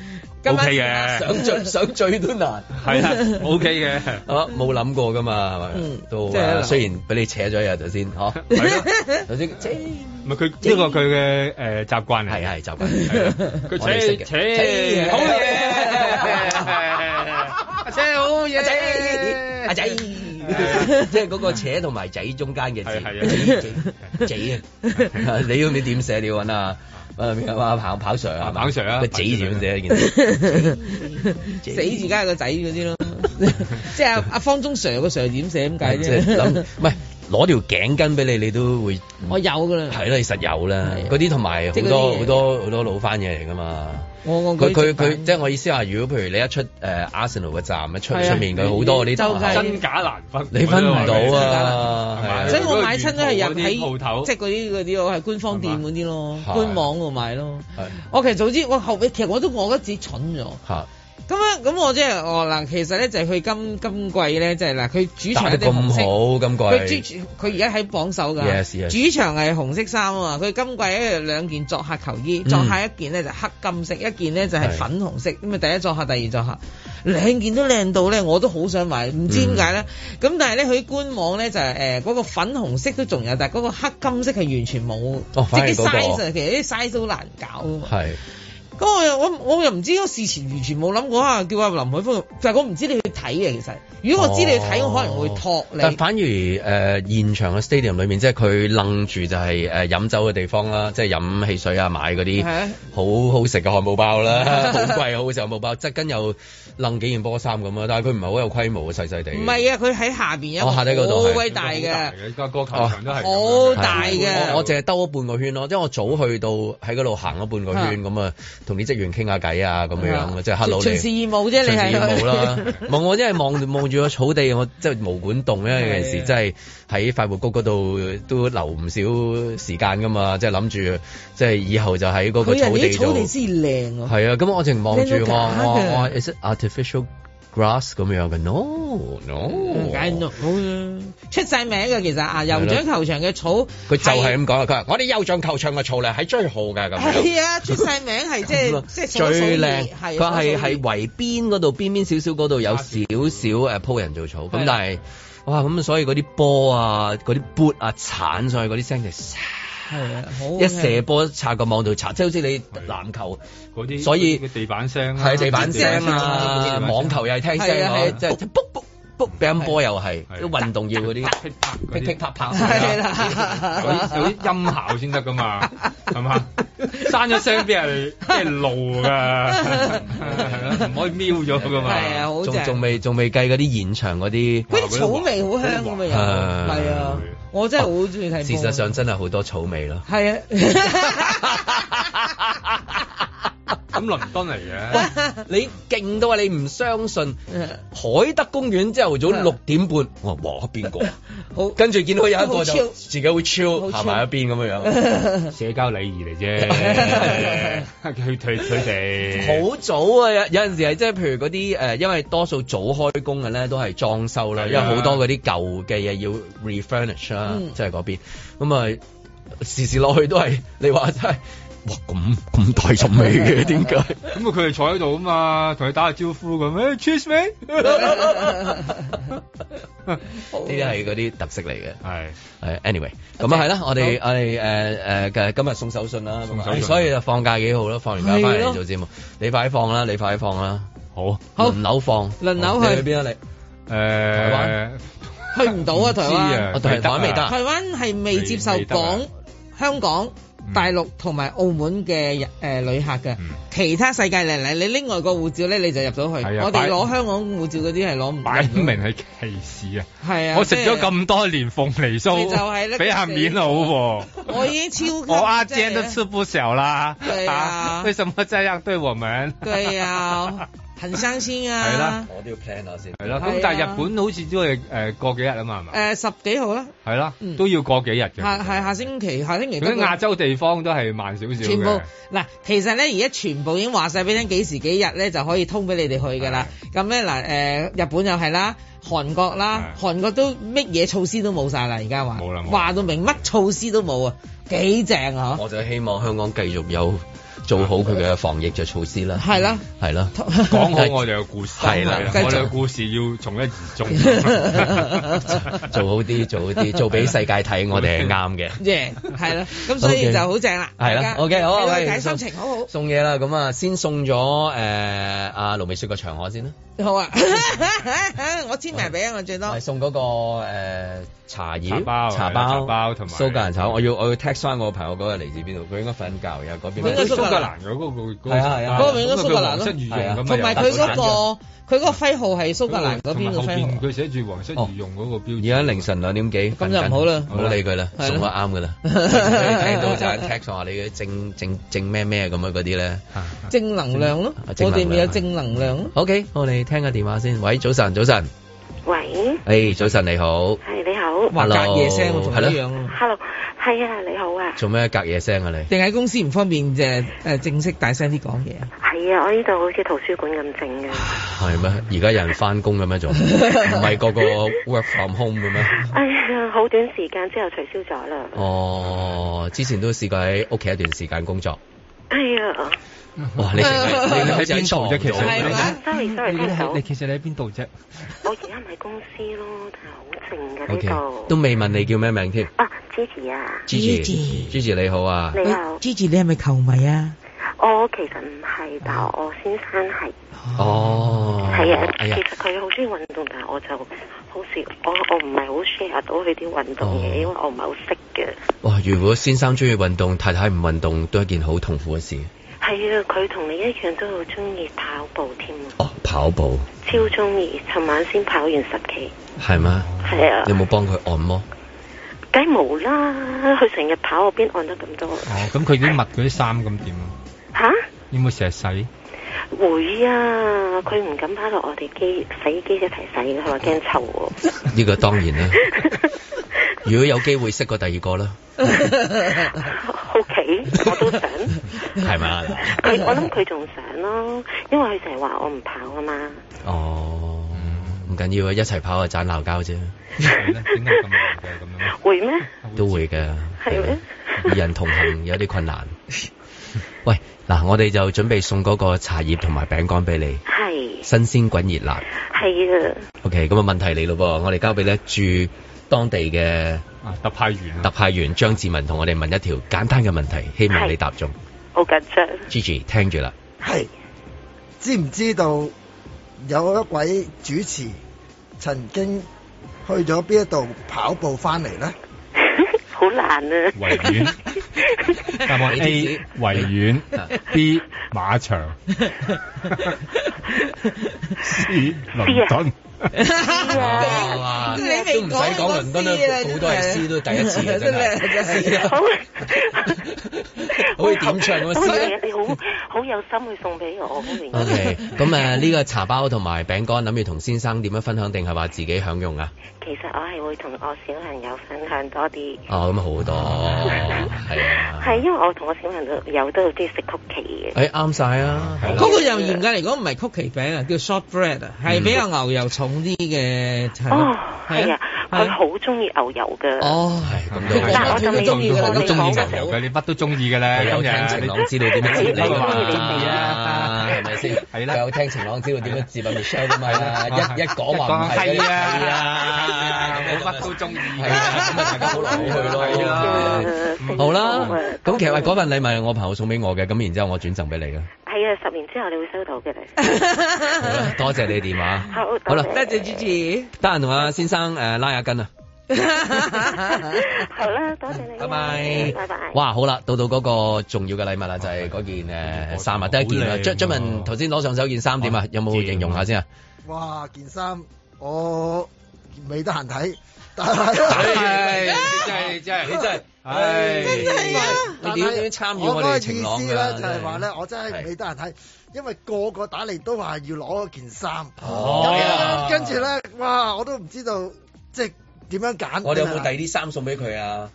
D: 今晚
B: OK 嘅想醉想醉都難，
C: 係啊，OK 嘅，
B: 啊冇諗過㗎嘛，係咪
C: 嗯？
B: 都
C: 即係
B: 啊雖然俾你扯咗一日頭先，嗬， 頭先扯
C: 啊唔係佢呢個佢嘅誒習慣嚟，係
B: 係習慣。
C: 佢
B: 我哋識嘅
C: 扯扯好嘢，
B: 仔好嘢，阿仔，即係嗰個扯同埋仔中間嘅
C: 啊
B: 字，仔仔啊， 你要唔知點寫？你要揾啊，揾啊跑跑 Sir 啊，跑 Sir 啊，個仔字點寫呢件事？
D: 死字加個仔嗰 啲咯，即係阿阿方中 Sir 個 Sir 點寫咁 解
B: 即係諗
D: 啫？，
B: 唔係攞條頸巾俾你，你都會
D: 我有噶啦，
B: 係啦，你實有啦。嗰啲同埋好
D: 即係嗰啲
B: 多
D: 嘢
B: 好多好多老翻嘢嚟噶嘛。
D: 我我
B: 佢佢
D: 舉
B: 佢，即係我意思話，如果譬如你一出誒 Arsenal 嘅站一出
D: 係啊
B: 出面，佢好多嗰啲
D: 周街
C: 真假難分，
B: 你分唔到啊
C: 係咪
B: 係
D: 所以我買親都係入
C: 嗰啲鋪頭
D: 喺即係嗰啲嗰啲我係官方店嗰啲咯，
B: 係
D: 官網度買咯。我其實早知我後尾其實我都我覺得自己蠢咗。
B: 嚇，
D: 咁啊，咁我即係我嗱，其實咧就係佢今今季咧，即係嗱，佢主
B: 打
D: 場
B: 得
D: 一定紅
B: 咁
D: 色。
B: 好，今
D: 佢
B: 季
D: 主佢而家喺榜首㗎
B: Yes, yes.
D: 主場係紅色衫啊嘛，佢今季咧兩件作客球衣，
B: 嗯
D: 作客一件咧就黑金色，一件咧就係
B: 係
D: 粉紅色，咁啊第一作客，第二作客，兩件都靚到咧，我都好想買，唔知點解咧？
B: 嗯
D: 咁、但係咧佢官網咧就係誒嗰個粉紅色都仲有，但係嗰個黑金色係完全冇，
B: 哦
D: 即
B: 反而
D: 係啲
B: 嗰個
D: size 啊其實啲 size 好難搞啊㗎嘛。
B: 係
D: 咁我又我我又唔知，我事前完全冇諗過啊！叫阿林海峰，就係我唔知你去睇嘅。其實如果我知你去睇，我可能會托你。
B: 但反而誒、呃、現場嘅 stadium 裏面，即係佢楞住就係、誒、飲酒嘅地方啦，即係飲汽水啊，買嗰啲
D: 係啊
B: 好好食嘅漢堡包啦， 好貴好好食漢堡包，側跟又楞幾件波衫咁啊，但係佢唔係好有規模啊，細細地。
D: 唔係啊，佢喺下邊有
B: 哦下低嗰
D: 一個
B: 度係
D: 好鬼大嘅，
C: 個個球場都係
D: 好大
B: 我我
D: 嘅。
B: 淨係兜咗半個圈咯，因為我早去到喺嗰度行咗半個圈咁啊，同啲職員傾下偈啊咁樣樣
D: 啊
B: 即係 hello
D: 巡
B: 你
D: 巡視義務啫，你係
B: 上次冇 啦，望我真係望望住個草地，我真係毛管動，因
D: 啊
B: 為有陣時真係喺快活谷嗰度都留唔少時間噶嘛，即係諗住即係以後就喺嗰個
D: 佢人
B: 草地
D: 哋啲草
B: 度
D: 地。先靚啊！
B: 係啊，咁我淨望住我
D: 靚到假
B: 我
D: 嘅
B: 我 is it artificial grass 咁樣嘅？No
D: 唔解
B: no，
D: 到嗯好啦，出晒名嘅其實啊，酋
B: 係
D: 長
B: 咯
D: 球場嘅草
B: 佢就係咁講啦。佢話我哋酋長球場嘅草咧係最好㗎咁樣。
D: 係啊，出晒名係即係即係所所
B: 最
D: 以
B: 靚，
D: 係啊
B: 佢係
D: 所以
B: 係圍邊嗰度邊邊少少嗰度有少少誒鋪人造草，咁但係哇咁所以嗰啲波啊、嗰啲 boot 啊、鏟上去嗰啲聲就唰
D: 係啊，好
B: 一射波擦個網度擦，即係好似你籃球
C: 嗰啲，
B: 所以
C: 嗰啲地板聲啊
B: 係地板聲啊，網球又係聽聲
C: 係啊係
B: 咯
C: 啊，
B: 即係卜卜卜乒乓波又係，啲運動要嗰啲
C: 嗰
B: 噼
C: 啲
B: 噼啪啪啊
C: 係
B: 啦。
C: 有啲有啲音效先得噶嘛，係嘛？閂咗聲邊係邊係路㗎， 係咯，唔可以瞄咗噶嘛。
D: 係啊好正
B: 仲仲未仲未計嗰啲現場嗰啲，
D: 嗰啲草味好香㗎嘛又，係啊，我真係好中意睇波。
B: 事實上真係好多草味咯。
D: 係啊。
C: 咁倫敦嚟嘅，
B: 你勁到啊！你唔相信海德公園朝頭早六點半，我話哇 邊個？
D: 好，
B: 跟住見到有一個
C: 好
B: 就
C: chill
B: 自己會超行埋一邊咁樣樣，
C: 社交禮儀嚟 啫，佢佢佢哋
B: 好早啊！有有陣時係即係譬如嗰啲誒，因為多數早開工嘅咧都係裝修啦，因
C: 係啊
B: 為好多嗰啲舊嘅嘢要 refurnish 啦
C: 嗯，
B: 即係嗰邊咁啊，時時落去都係你話真係。
U: 哇咁咁大陣味嘅，點解？
C: 咁佢哋坐喺度啊嘛，同佢打下招呼咁，誒 cheers 咩？
B: 呢啲係嗰啲特色嚟嘅，
C: 係
B: 係 anyway，咁啊係啦，我哋我哋誒誒嘅今日送手信啦，咁
C: 手
B: 啊
C: 信
B: 所以就放假幾好咯，放完假翻
D: 係咯
B: 嚟做節目，你快啲放啦，你快啲放啦，
C: 好，
D: 好
B: 輪流放，
D: 輪流去
B: 你去邊啊你？
C: 誒，
D: 去唔到啊！
B: 唔知
D: 台
B: 啊
D: 灣，
B: 哦台灣未得啊
D: 台灣係未接受
B: 未得啊
D: 港、香港、大陸同埋澳門嘅人誒旅客嘅。其他世界嚟嚟，你拎外國護照咧，你就入到去。
C: 係啊
D: 我哋
C: 擺
D: 攞香港護照嗰啲係攞唔到。
C: 擺明係歧視啊！
D: 係啊
C: 我食
D: 即係
C: 咗咁多年鳳梨
D: 咪就係
C: 酥，
D: 咯
C: 俾下面好 喎。
D: 我已經超級
C: 我阿
D: 即係
C: 尖都吃不少啦，
D: 對啊
C: 為什麼這樣對我們？
D: 對啊，很生鮮啊。
C: 係啦
B: 我都要 plan 下先。
C: 係咯，
D: 係
C: 咁
D: 啊
C: 但係日本好似都係誒過幾日啊嘛，係嘛？
D: 誒十幾號啦，
C: 係啦
D: 嗯，
C: 都要過幾日
B: 啊
C: 嘅。
D: 下係下星期下星期
C: 咁
D: 得
C: 啲
D: 㗎
C: 亞洲地方都係慢少少嘅。
D: 全部嗱，其實咧而家全部已經話晒俾你聽幾時幾日咧就可以通俾你哋去㗎啦。咁咧嗱誒，日本又係啦，韓國啦，韓國都乜嘢措施都冇晒啦，而家話
B: 冇啦冇啦
D: 話到明乜措施都冇啊，幾正啊！
B: 我就希望香港繼續有做好佢嘅防疫嘅措施啦，
D: 係啦，
B: 係啦，
C: 講好我哋嘅故事，
B: 係啦，
C: 我哋嘅故事要從一而 終，
B: 做好啲，做好啲，做俾世界睇，我哋係啱嘅。
D: 耶，係啦，咁所以
B: OK
D: 就好正啦，
B: 係
D: 大
B: 啦
D: 家
B: ，OK，好啊，
D: 你
B: 喂，
D: 睇心情好好，
B: 送嘢啦，咁啊，先送咗誒阿盧美雪個長河先啦，
D: 好啊， 我簽埋俾啊，我最多
B: 係送嗰個誒茶葉
C: 茶包
B: 茶
C: 係啦
B: 包、
C: 茶包同埋
B: 蘇格蘭茶包，我要我要 text 翻我朋友嗰個嚟自邊度，佢應該瞓覺，然後嗰邊
D: 應該蘇格蘭
C: 嗰個嗰個
B: 係啊係啊，
D: 嗰個應該蘇格蘭
C: 黃
D: 咯
C: 色羽
B: 係
C: 絨
B: 啊
C: 咁啊
D: 同埋佢嗰
C: 有
D: 個佢嗰個徽號係
C: 啊
D: 蘇格蘭嗰邊嘅
C: 哦同埋
D: 徽
C: 後
D: 號
C: 邊。佢寫住黃色羽絨嗰個標
B: 哦而
C: 誌。
B: 家凌晨兩點幾，
D: 咁就唔好啦
B: 唔好理佢啦，
D: 係啦
B: 送得啱噶啦。 聽到就係 text 話你嘅正正正咩咩咁樣啊嗰啲咧。
D: 正能量咯，
B: 啊
D: 我
B: 正能量
D: 哋咪有正能量咯。
B: OK，我哋聽個電話先。喂，早晨，早晨，
S: 喂，
B: 誒，早晨你好。
S: 係你好，
B: 哇 Hello，隔夜聲喎仲係咯一樣啊
S: Hello，係啊，你好啊，
B: 做咩隔夜聲啊你？
D: 定喺公司唔方便誒誒正式大聲啲講嘢。
S: 係啊，我呢度好似圖書館咁靜嘅，
B: 啊係咩？而家有人翻工嘅 咩仲？唔係個個 work from home 嘅咩？
S: 哎呀，好短時間之後取消咗啦，
B: 哦，之前都試過喺屋企一段時間工作。
S: 哎呀
D: 嗯
B: 哇！你成 日你喺邊度啫？其實
S: ，sorry sorry，聽唔到，
C: 其實你喺邊度啫？
S: 我而家唔喺公司咯，但係好靜
B: O
S: 嘅呢
B: K，
S: 度。
B: 都未問你叫咩名添。
S: 啊，Gigi 啊，
B: Gigi，Gigi 你好啊。
S: 你好，
D: Gigi，你係咪球迷啊？
S: 我其實唔係，但係我先生係，
B: 哦，
S: 係啊，
B: 哎呀
S: 其，實佢好中意運動，但係我就好少，我我唔係好 share 到佢啲運動
B: 哦
S: 嘢，因為我唔係好識嘅。
B: 哇！如果先生中意運動，太太唔運動，都係一件好痛苦嘅事。
S: 係啊，佢同你一樣都好中意跑步添啊，
B: 跑步
S: 超中意。尋晚先跑完十期，
B: 係嗎？
S: 係啊
B: 你有冇幫佢按摩？
S: 梗係冇啦，佢成日跑，我邊按得咁多啊
C: 哦，咁佢啲襪嗰啲衫咁點啊？
B: 哦
S: 吓？
C: 要唔要成 日洗？
S: 會啊，佢唔敢跑到我哋機洗衣機一齊洗，佢話驚臭喎。
B: 呢個當然啦。如果有機會識過第二個啦，
S: 好奇，我都想。
B: 係咪啊？
S: 佢我諗佢仲想咯，因為佢成日話我唔跑啊嘛。
B: 哦，唔緊要啊，一齊跑啊，盞鬧交啫，
S: 會咩？
B: 都會嘅。
S: 係咩？
B: 二人同行有啲困難。喂，嗱，我哋就準備送嗰個茶葉同埋餅乾俾你，
S: 係
B: 新鮮滾熱辣。
S: 係啊，
B: OK，咁啊問題嚟咯噃，我哋交俾咧駐當地嘅
C: 啊特派員
B: 特派員張志文同我哋問一條簡單嘅問題，希望你答中。
S: 好緊張。
B: Gigi 聽住啦，
T: 係知唔知道有一位主持曾經去咗邊一度跑步翻嚟呢？
S: 好難啊！
C: 維園答案 A 維 園，B 馬場，C 倫敦。
B: 啊哇！
D: 你
B: 都唔使講倫 敦啦，好多係 C 都第一次啊， 真係。
S: 好，
B: 好似點唱嗰個啊
S: 好
B: C 咧
S: 嘢，你好好有心去送俾我，好榮幸。
B: OK，咁呃誒呢個茶包同埋餅乾，諗住同先生點樣分享，定係話自己享用啊？
S: 其實我係會同我小朋友分享多啲，
B: 哦，咁好多，係啊，
S: 係因為我同我小朋友都有啲食曲奇
B: 誒
S: 嘅。
B: 啱晒啊，係啦
D: 嗰。個又嚴格嚟講唔係曲奇餅啊，叫 shortbread 啊，係比較牛油重啲嘅。係
S: 哦
D: 咯，
S: 係啊，佢好中意牛油嘅。
F: 哦，
C: 係
F: 咁
C: 都係
S: 但係我就未
C: 中意
S: 見過
C: 都
S: 你
C: 中意
S: 講
C: 牛油
S: 嘅。
C: 嘅，你乜都中意嘅
B: 佢
C: 咧。
B: 有
C: 今日
B: 聽情郎知道點啊樣接啊你㗎
C: 啊
B: 嘛，係咪先？係啦，有聽情郎知道點樣接啊 Michelle 㗎嘛，一一講話唔啊係
C: 係啊
B: 係啊，
C: 我乜都中意
B: 係啊，咁咪大家好來好去啊咯。好啦，咁其實嗰份禮物我朋友送俾我嘅，咁然之後我轉贈俾你嘅。
S: 係啊，十年之後你會收到嘅。
B: 好啦，多謝你電話。
S: 好多謝
B: 好啦，
S: 多
B: 謝 Gigi。得閒同阿先生誒拉下筋啊！
S: 好啦，多謝你。
B: 拜拜，
S: 拜拜。
B: 哇，好啦，到到嗰個重要嘅禮物啦，就係嗰件誒衫啊，得一件
C: 好
B: 啊。
C: 靚
B: 張
C: 喎
B: 張文頭先攞上手件衫點啊？有冇形容下先啊？
T: 哇！件衫我未得閒睇，但
B: 唉
T: 係
C: 真係真係
B: 你真係，
C: 唉真
B: 係啊你點點參與我哋情
T: 我
B: 郎
T: 嗰個意
B: 㗎
T: 思
B: 啦
T: 咧就係話咧，我真係未得閒睇，因為個個打嚟都話要攞件衫。
B: 哦
T: 咁跟住咧，哇！我都唔知道即係點樣揀。
B: 我哋有
T: 真
B: 冇第
T: 係
B: 二啲衫送俾佢啊？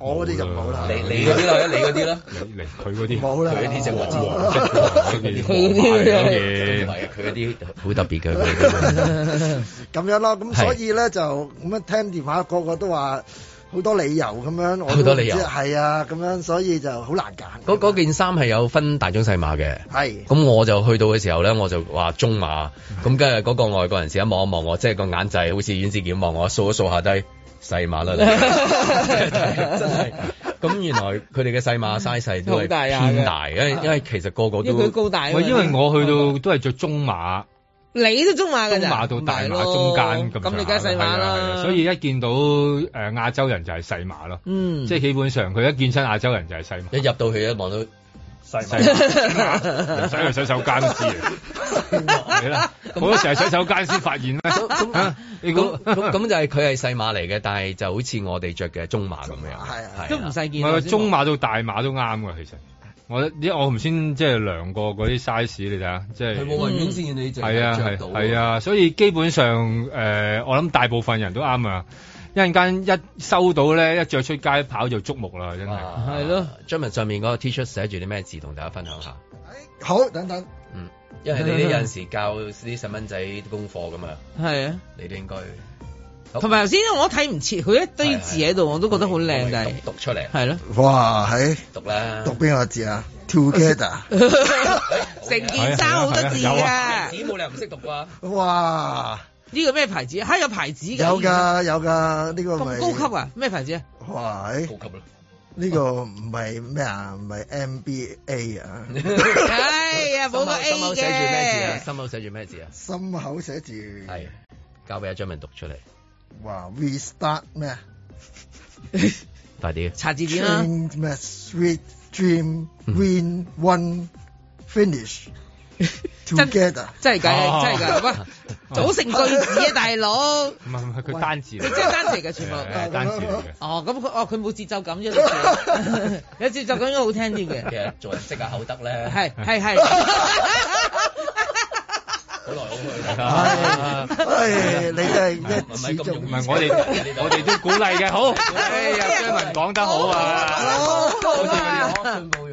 T: 我嗰啲就冇啦。
B: 你你嗰啲啦，你嗰啲啦，
C: 嚟佢嗰啲
T: 冇啦
B: 佢嗰啲就我知
C: 佢嗰啲
B: 唔係啊佢嗰啲好特別嘅佢嗰啲。
T: 咁樣咯，咁
B: 係
T: 所以咧就咁樣聽電話，個個都話好多理由咁樣，我都
B: 好多理由
T: 唔知係啊，咁樣所以就好難揀。
B: 嗰嗰件衫係有分大中細碼嘅，
T: 係
B: 咁我就去到嘅時候咧，我就話中碼，咁跟住嗰個外國人士一望一望我，即係個眼仔好似阮志健望我，掃一掃下低細碼啦，你 真係。咁原來佢哋嘅細碼 size 細都
C: 好
B: 係
C: 大啊
B: 偏大，因為因為其實個個都
D: 因為佢高大啊嘛
C: 喂因為我去到都係着中碼。
D: 你都中碼
C: 中
D: 㗎咋？
C: 馬到大
D: 唔係
C: 馬
D: 啊咯
C: 中間咁上下，
D: 咁你梗係細碼
C: 係啊係啊
D: 啦。
C: 所以一見到誒亞洲人就係細碼咯，
D: 嗯
C: 即係基本上佢一見親亞洲人就係細碼。
B: 一入到去一望到
C: 細 碼，唔使去洗手間都知啊。係啦，好多時係洗手間先發現咧。啊你估
B: 咁咁咁就係佢係細碼嚟嘅，但係就好似我哋着嘅中碼咁 樣，係
D: 都唔細
C: 唔
D: 件啊。
C: 係中碼到大碼都啱嘅，其實。我因為我頭先即係量過嗰啲 size，你睇下，即係
B: 佢冇話遠先你淨
C: 係
B: 係
C: 啊，
B: 着
C: 係
B: 到
C: 係啊，所以基本上誒、呃我諗大部分人都啱啊！一陣間一收到咧，一着出街跑就觸目啦，真係。
B: 係咯。張文上面嗰個 T-shirt 寫住啲咩字，同大家分享下。
T: 好，等等，
B: 嗯，因為你哋有陣時教啲細蚊仔功課噶嘛，
D: 係啊，
B: 你哋應該
D: 同埋頭先我睇唔切，佢一堆字喺度，我都覺得好靚，但係
B: 讀出嚟
D: 係咯，
T: 哇，喺
B: 讀啦
T: 讀邊個字啊？Together，
D: 成件衫好多字
T: 係啊有
D: 㗎
T: 啊。
B: 冇理由唔識讀啩。
T: 哇！
C: 啊
D: 呢個咩牌子？嚇有牌子㗎，
T: 有㗎有㗎，呢個咪
D: 咁高級啊？咩牌子啊？
T: 哇！高
B: 級啦，
T: 呢個唔係咩啊？唔係 MBA 啊？
D: 哎呀，冇個 A
B: 心口寫住咩字啊？
D: 嘅。
B: 心口寫住咩字啊？
T: 心口寫住
B: 係交俾阿張文讀出嚟，
T: 哇，restart 咩啊？
B: 快啲。
D: 查字啊
T: Change 咩？Sweet dream win one finish together，
D: 真係㗎，真係
B: 哦
D: 㗎，喂，組成句子啊，大佬！
C: 唔係唔係，佢單字
D: 你
C: 嚟。
D: 真係單詞嘅全部
C: 係係單字嚟嘅。
D: 哦，咁佢哦佢冇節奏感啫，你知有節奏感應該好聽啲
B: 其
D: 嘅。
B: 實做人識下口德咧，
D: 係係係，
B: 好來好去
C: 係
B: 啦
C: 啦。
T: 唉你真係
B: 唔係咁容易
C: 唔係我哋我哋都鼓勵嘅，好。哎呀，張文講得好啊，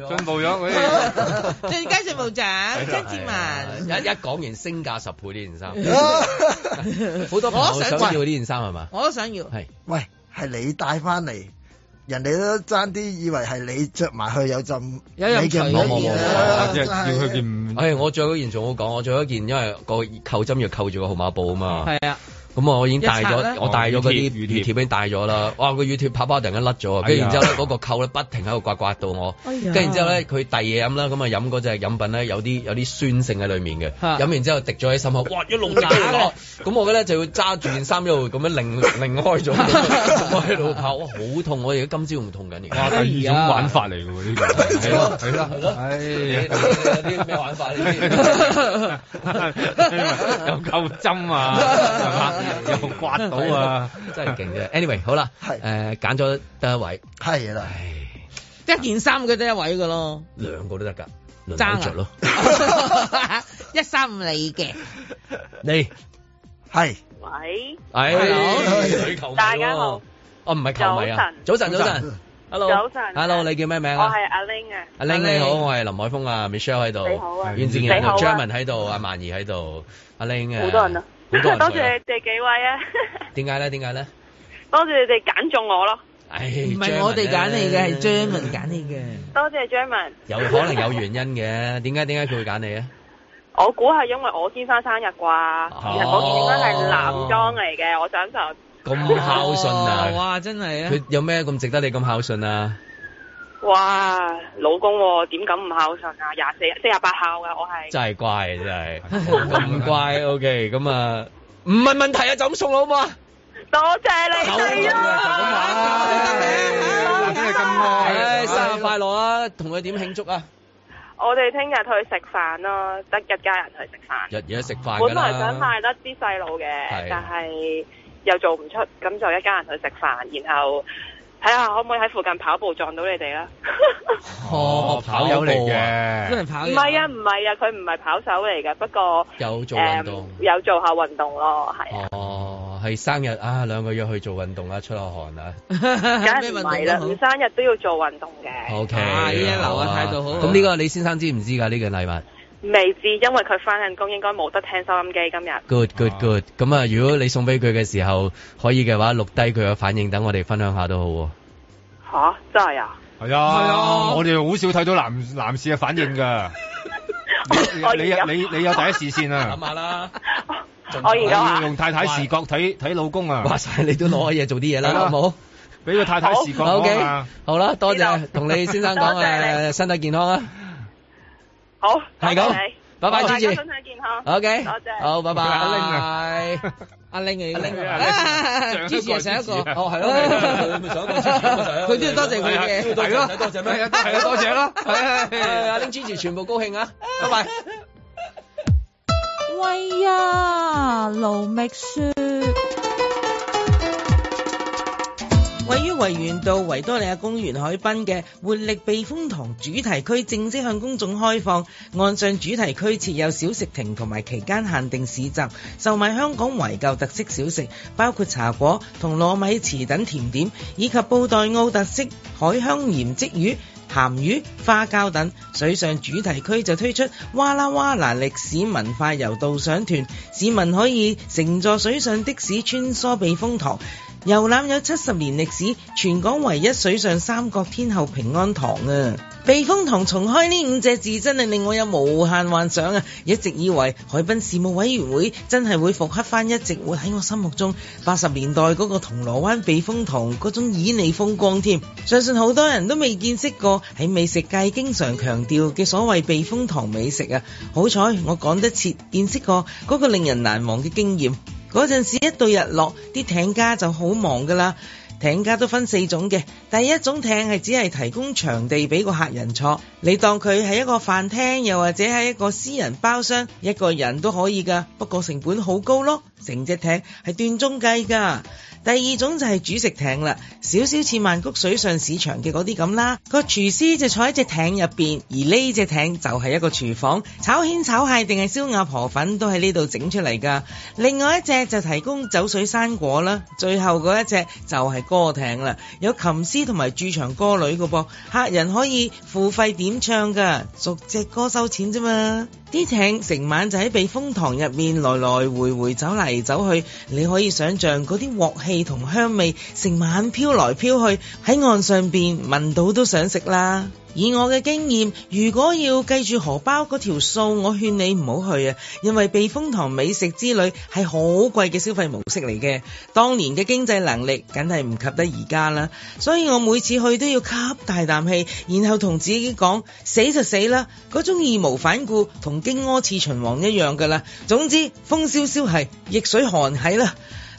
C: 進步咗。哎
D: 最佳節目獎張志文。
B: 一一講完升價十倍呢件衫，
D: 啊
B: 好多朋友
D: 哦我
B: 想
D: 想
B: 要呢件衫係嘛？
D: 我都想要。
B: 係
T: 喂，係你帶翻嚟，人哋都爭啲以為係你着埋去有陣
D: 有陣
T: 你嘅
D: 除
T: 味
B: 冇冇
T: 啊
B: 冇
T: 真係
C: 件。
B: 唉，我着嗰件仲好講，我着嗰件因為個扣針要扣住個號碼布啊嘛。
D: 係啊。
B: 咁我已經戴
D: 一拆啦
B: 咗，我戴咗嗰啲
C: 哦乳貼
B: 乳貼已經戴咗啦。哇，個乳貼啪啪突然間甩咗啊！跟住
C: 哎呀
B: 然之後咧，嗰個扣咧不停喺度刮刮到我。
D: 哎呀
B: 跟住然之後咧，佢遞嘢飲啦，咁啊飲嗰隻飲品咧有啲有啲酸性喺裡面嘅，
D: 啊
B: 飲完之後滴咗喺心口，哇一路打我。咁我咧就要揸住件衫一路咁樣擰 擰開咗，我喺度跑，哇好痛！我而家今朝仲痛緊而家。
D: 哎
C: 哇，第二種玩法嚟嘅喎呢個。係咯係咯係咯。哎呀
B: 你有啲咩玩法呢啲
C: 有扣針啊，係嘛？又刮到啊，
B: 真係勁啫。Anyway，好啦，
T: 係
B: 誒揀咗得一位，
T: 係啦，
D: 一件衫佢得一位嘅咯，
B: 兩個都得㗎，
D: 爭
B: 輪
D: 啊
B: 流着咯。
D: 一三五你嘅，
B: 你
T: 係，
V: 喂，
B: 哎
D: 係
B: 女球迷喎
V: 大家好，
B: 哦唔係球迷啊，早晨早晨，hello，
V: 早晨
B: ，hello，你叫咩名
V: 我
B: 啊
V: 係？阿 Ling 啊，
B: 阿玲你好，我係林海峰啊，Michelle 喺度，
V: 你好啊
B: 阮志健喺
V: 你好
B: 度
V: 啊
B: ，Jerman 喺度，阿曼怡喺度，阿玲啊，
V: 好多人啊，
B: 好多 人
V: 多
B: 去啊
V: 謝你哋幾位啊，
B: 點解咧？點解咧？
V: 多謝你哋揀中我咯，
B: 唉，
D: 唔
B: 唔
D: 係我哋揀你嘅，係 German 揀你嘅。
V: 多謝 Jerman。
B: 有可能有原因嘅。點解點解佢會揀你咧？
V: 我估係因為我先生生日啩，其實嗰件應該係男裝嚟嘅，我想就
B: 咁孝順啊！
D: 哇，真係
B: 啊！佢有咩咁值得你咁孝順 啊？
V: 哇，老公喎、點敢唔孝順啊？廿四四廿八孝噶，我係
B: 真係乖，真係 咁乖。OK，咁啊，唔係問題啊，就咁送啦好唔好啊？
V: 多謝你哋啊！真係咁
B: 唉，生日快樂啊！同佢點慶祝啊？
V: 我哋聽日去食飯咯，得一家人去食飯。
B: 日日食飯㗎
V: 本來想
B: 啦。
V: 派得啲細路嘅
B: 係，
V: 但係又做唔出，咁就一家人去食飯，然後睇下可唔可以喺附近跑步撞到你哋 啦。
B: 哦，跑友嚟嘅
D: 都係跑
V: 唔係啊，唔係啊，佢唔係跑手嚟嘅，不過
B: 有做運動
V: 誒有做下運動咯， 係啊，
B: 哦，係生日啊，兩個月去做運動啊，出下汗啊。
V: 梗係唔
D: 咩運動
V: 係
D: 都
V: 啦，
D: 好
V: 唔生日都要做運動嘅，
B: O K，
D: 啊呢一流啊態度好啊
B: 咁呢個李先生知唔知㗎？呢件禮物
V: 未至，因為佢翻緊工，應該冇得聽收音機今日。
B: good good good。咁啊，如果你送俾佢嘅時候可以嘅話，錄低佢嘅反應，等我哋分享下都好喎。
V: 吓，真係啊！
C: 係啊，我哋好少睇到男男士嘅反 應㗎。你你你你有第一視線啊！
B: 諗下啦，
V: 我而家話
C: 要用太太視角睇睇老公啊！
B: 話晒你都攞嘢做啲嘢啦，
C: 係啦
B: 好冇？
C: 俾個太太視覺
B: 好 OK，
C: 我啊
B: 好啦，多謝同李先生講
V: 多謝
B: 誒身體健康啊。
V: 好，
B: 係
V: 多謝
B: 咁
V: 你
B: 拜拜
V: 祝大家
B: Gigi
V: 身體健康。
B: O K，
V: 多謝。
B: 好，拜拜。
D: 阿玲啊阿玲嚟嘅，
B: à. 阿
D: 啊
B: 玲
D: 支持係上一個，
B: 上一個哦係咯咪上一個支持我就
D: 佢都要多謝佢嘅，
B: 係咯，多謝咩？係啊，多謝啦，係阿 Ling Gigi 全部高興啊，拜拜。
O: 喂呀，盧覓雪，
D: 位於維園道維多利亞公園海濱嘅活力避風塘主題區正式向公眾開放，按上主題區設有小食亭同埋期間限定市集，售賣香港懷舊特色小食，包括茶果同糯米糍等甜點，以及布袋澳特色海香鹽鯽魚。鹹魚、花膠等，水上主題區就推出哇啦哇啦歷史文化遊導賞團，市民可以乘坐水上的士穿梭避風塘，遊覽有七十年歷史，全港唯一水上三角天后平安堂啊！避風塘重開呢五隻字真係令我有無限幻想啊！一直以為海濱事務委員會真係會復刻翻一直會喺我心目中八十年代嗰個銅鑼灣避風塘嗰種旖旎風光添。相信好多人都未見識過喺美食界經常強調嘅所謂避風塘美食啊！好彩我趕得切，見識過嗰個令人難忘嘅經驗。嗰陣時一到日落，啲艇家就好忙㗎啦。艇家都分四種嘅，第一種艇係只係提供場地俾個客人坐，你當佢係一個飯廳，又或者係一個私人包廂，一個人都可以噶，不過成本好高咯，成隻艇係段中計噶。第二種就係主食艇啦，少少似曼谷水上市場嘅嗰啲咁啦，個廚師就坐喺隻艇入邊，而呢隻艇就係一個廚房，炒蜆、炒蟹定係燒鴨河粉都喺呢度整出嚟噶。另外一隻就提供酒水生果啦，最後嗰一隻就係歌艇啦，有琴師同埋駐場歌女嘅噃，客人可以付費點唱噶，逐隻歌收錢啫嘛。啲艇成晚就喺避風塘入面來來回回走嚟走去，你可以想象嗰啲鑊氣同香味成晚飄來飄去，喺岸上邊聞到都想食啦。以我嘅經驗，如果要計住荷包嗰條數，我勸你唔好去啊，因為避風塘美食之旅係好貴嘅消費模式嚟嘅。當年嘅經濟能力梗係唔及得而家啦，所以我每次去都要吸大啖氣，然後同自己講死就死啦，嗰種義無反顧同荊軻刺秦王一樣噶啦。總之風蕭蕭係，逆水寒係啦。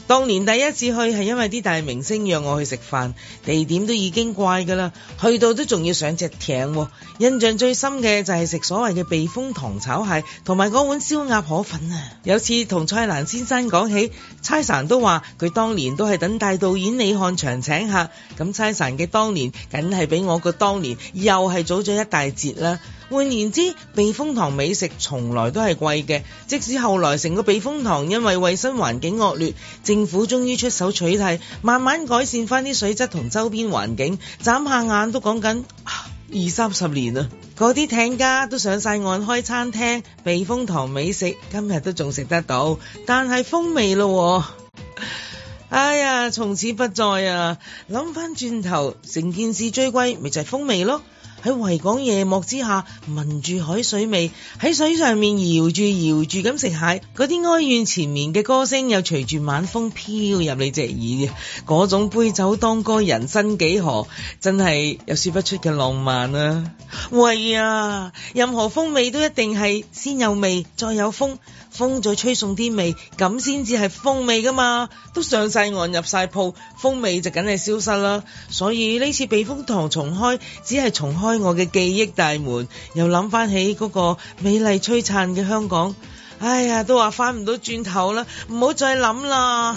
D: 當年第一次去係因為啲大明星約我去食飯，地點都已經怪㗎啦，去到都仲要上隻艇喎。印象最深嘅就係食所謂嘅避風塘炒蟹，同埋嗰碗燒鴨河粉啊！有次同蔡瀾先生講起，蔡神都話佢當年都係等大導演李翰祥請客，咁蔡神嘅當年梗係比我個當年又係早咗一大截啦。換言之，避風塘美食從來都係貴嘅，即使後來成個避風塘因為衞生環境惡劣，政府終於出手取締，慢慢改善翻啲水質同周邊環境，眨下眼都講緊啊二三十年啊！嗰啲艇家都上晒岸開餐廳，避風塘美食今日都仲食得到，但係風味咯、喎。 哎呀，從此不再啊！諗翻轉頭，成件事最貴咪就係風味咯。喺維港夜幕之下，聞住海水味，喺水上面搖住搖住咁食蟹，嗰啲哀怨纏綿嘅歌聲又隨住晚風飄入你隻耳嘅，嗰種杯酒當歌，人生幾何，真係有說不出嘅浪漫啊！喂啊，任何風味都一定係先有味，再有風，風再吹送啲味，咁先至係風味噶嘛。都上晒岸入晒鋪，風味就梗係消失啦。所以呢次避風塘重開，只係重開我嘅記憶大門，又諗翻起嗰個美麗璀璨嘅香港。哎呀，都話翻唔到轉頭啦，唔好再諗啦。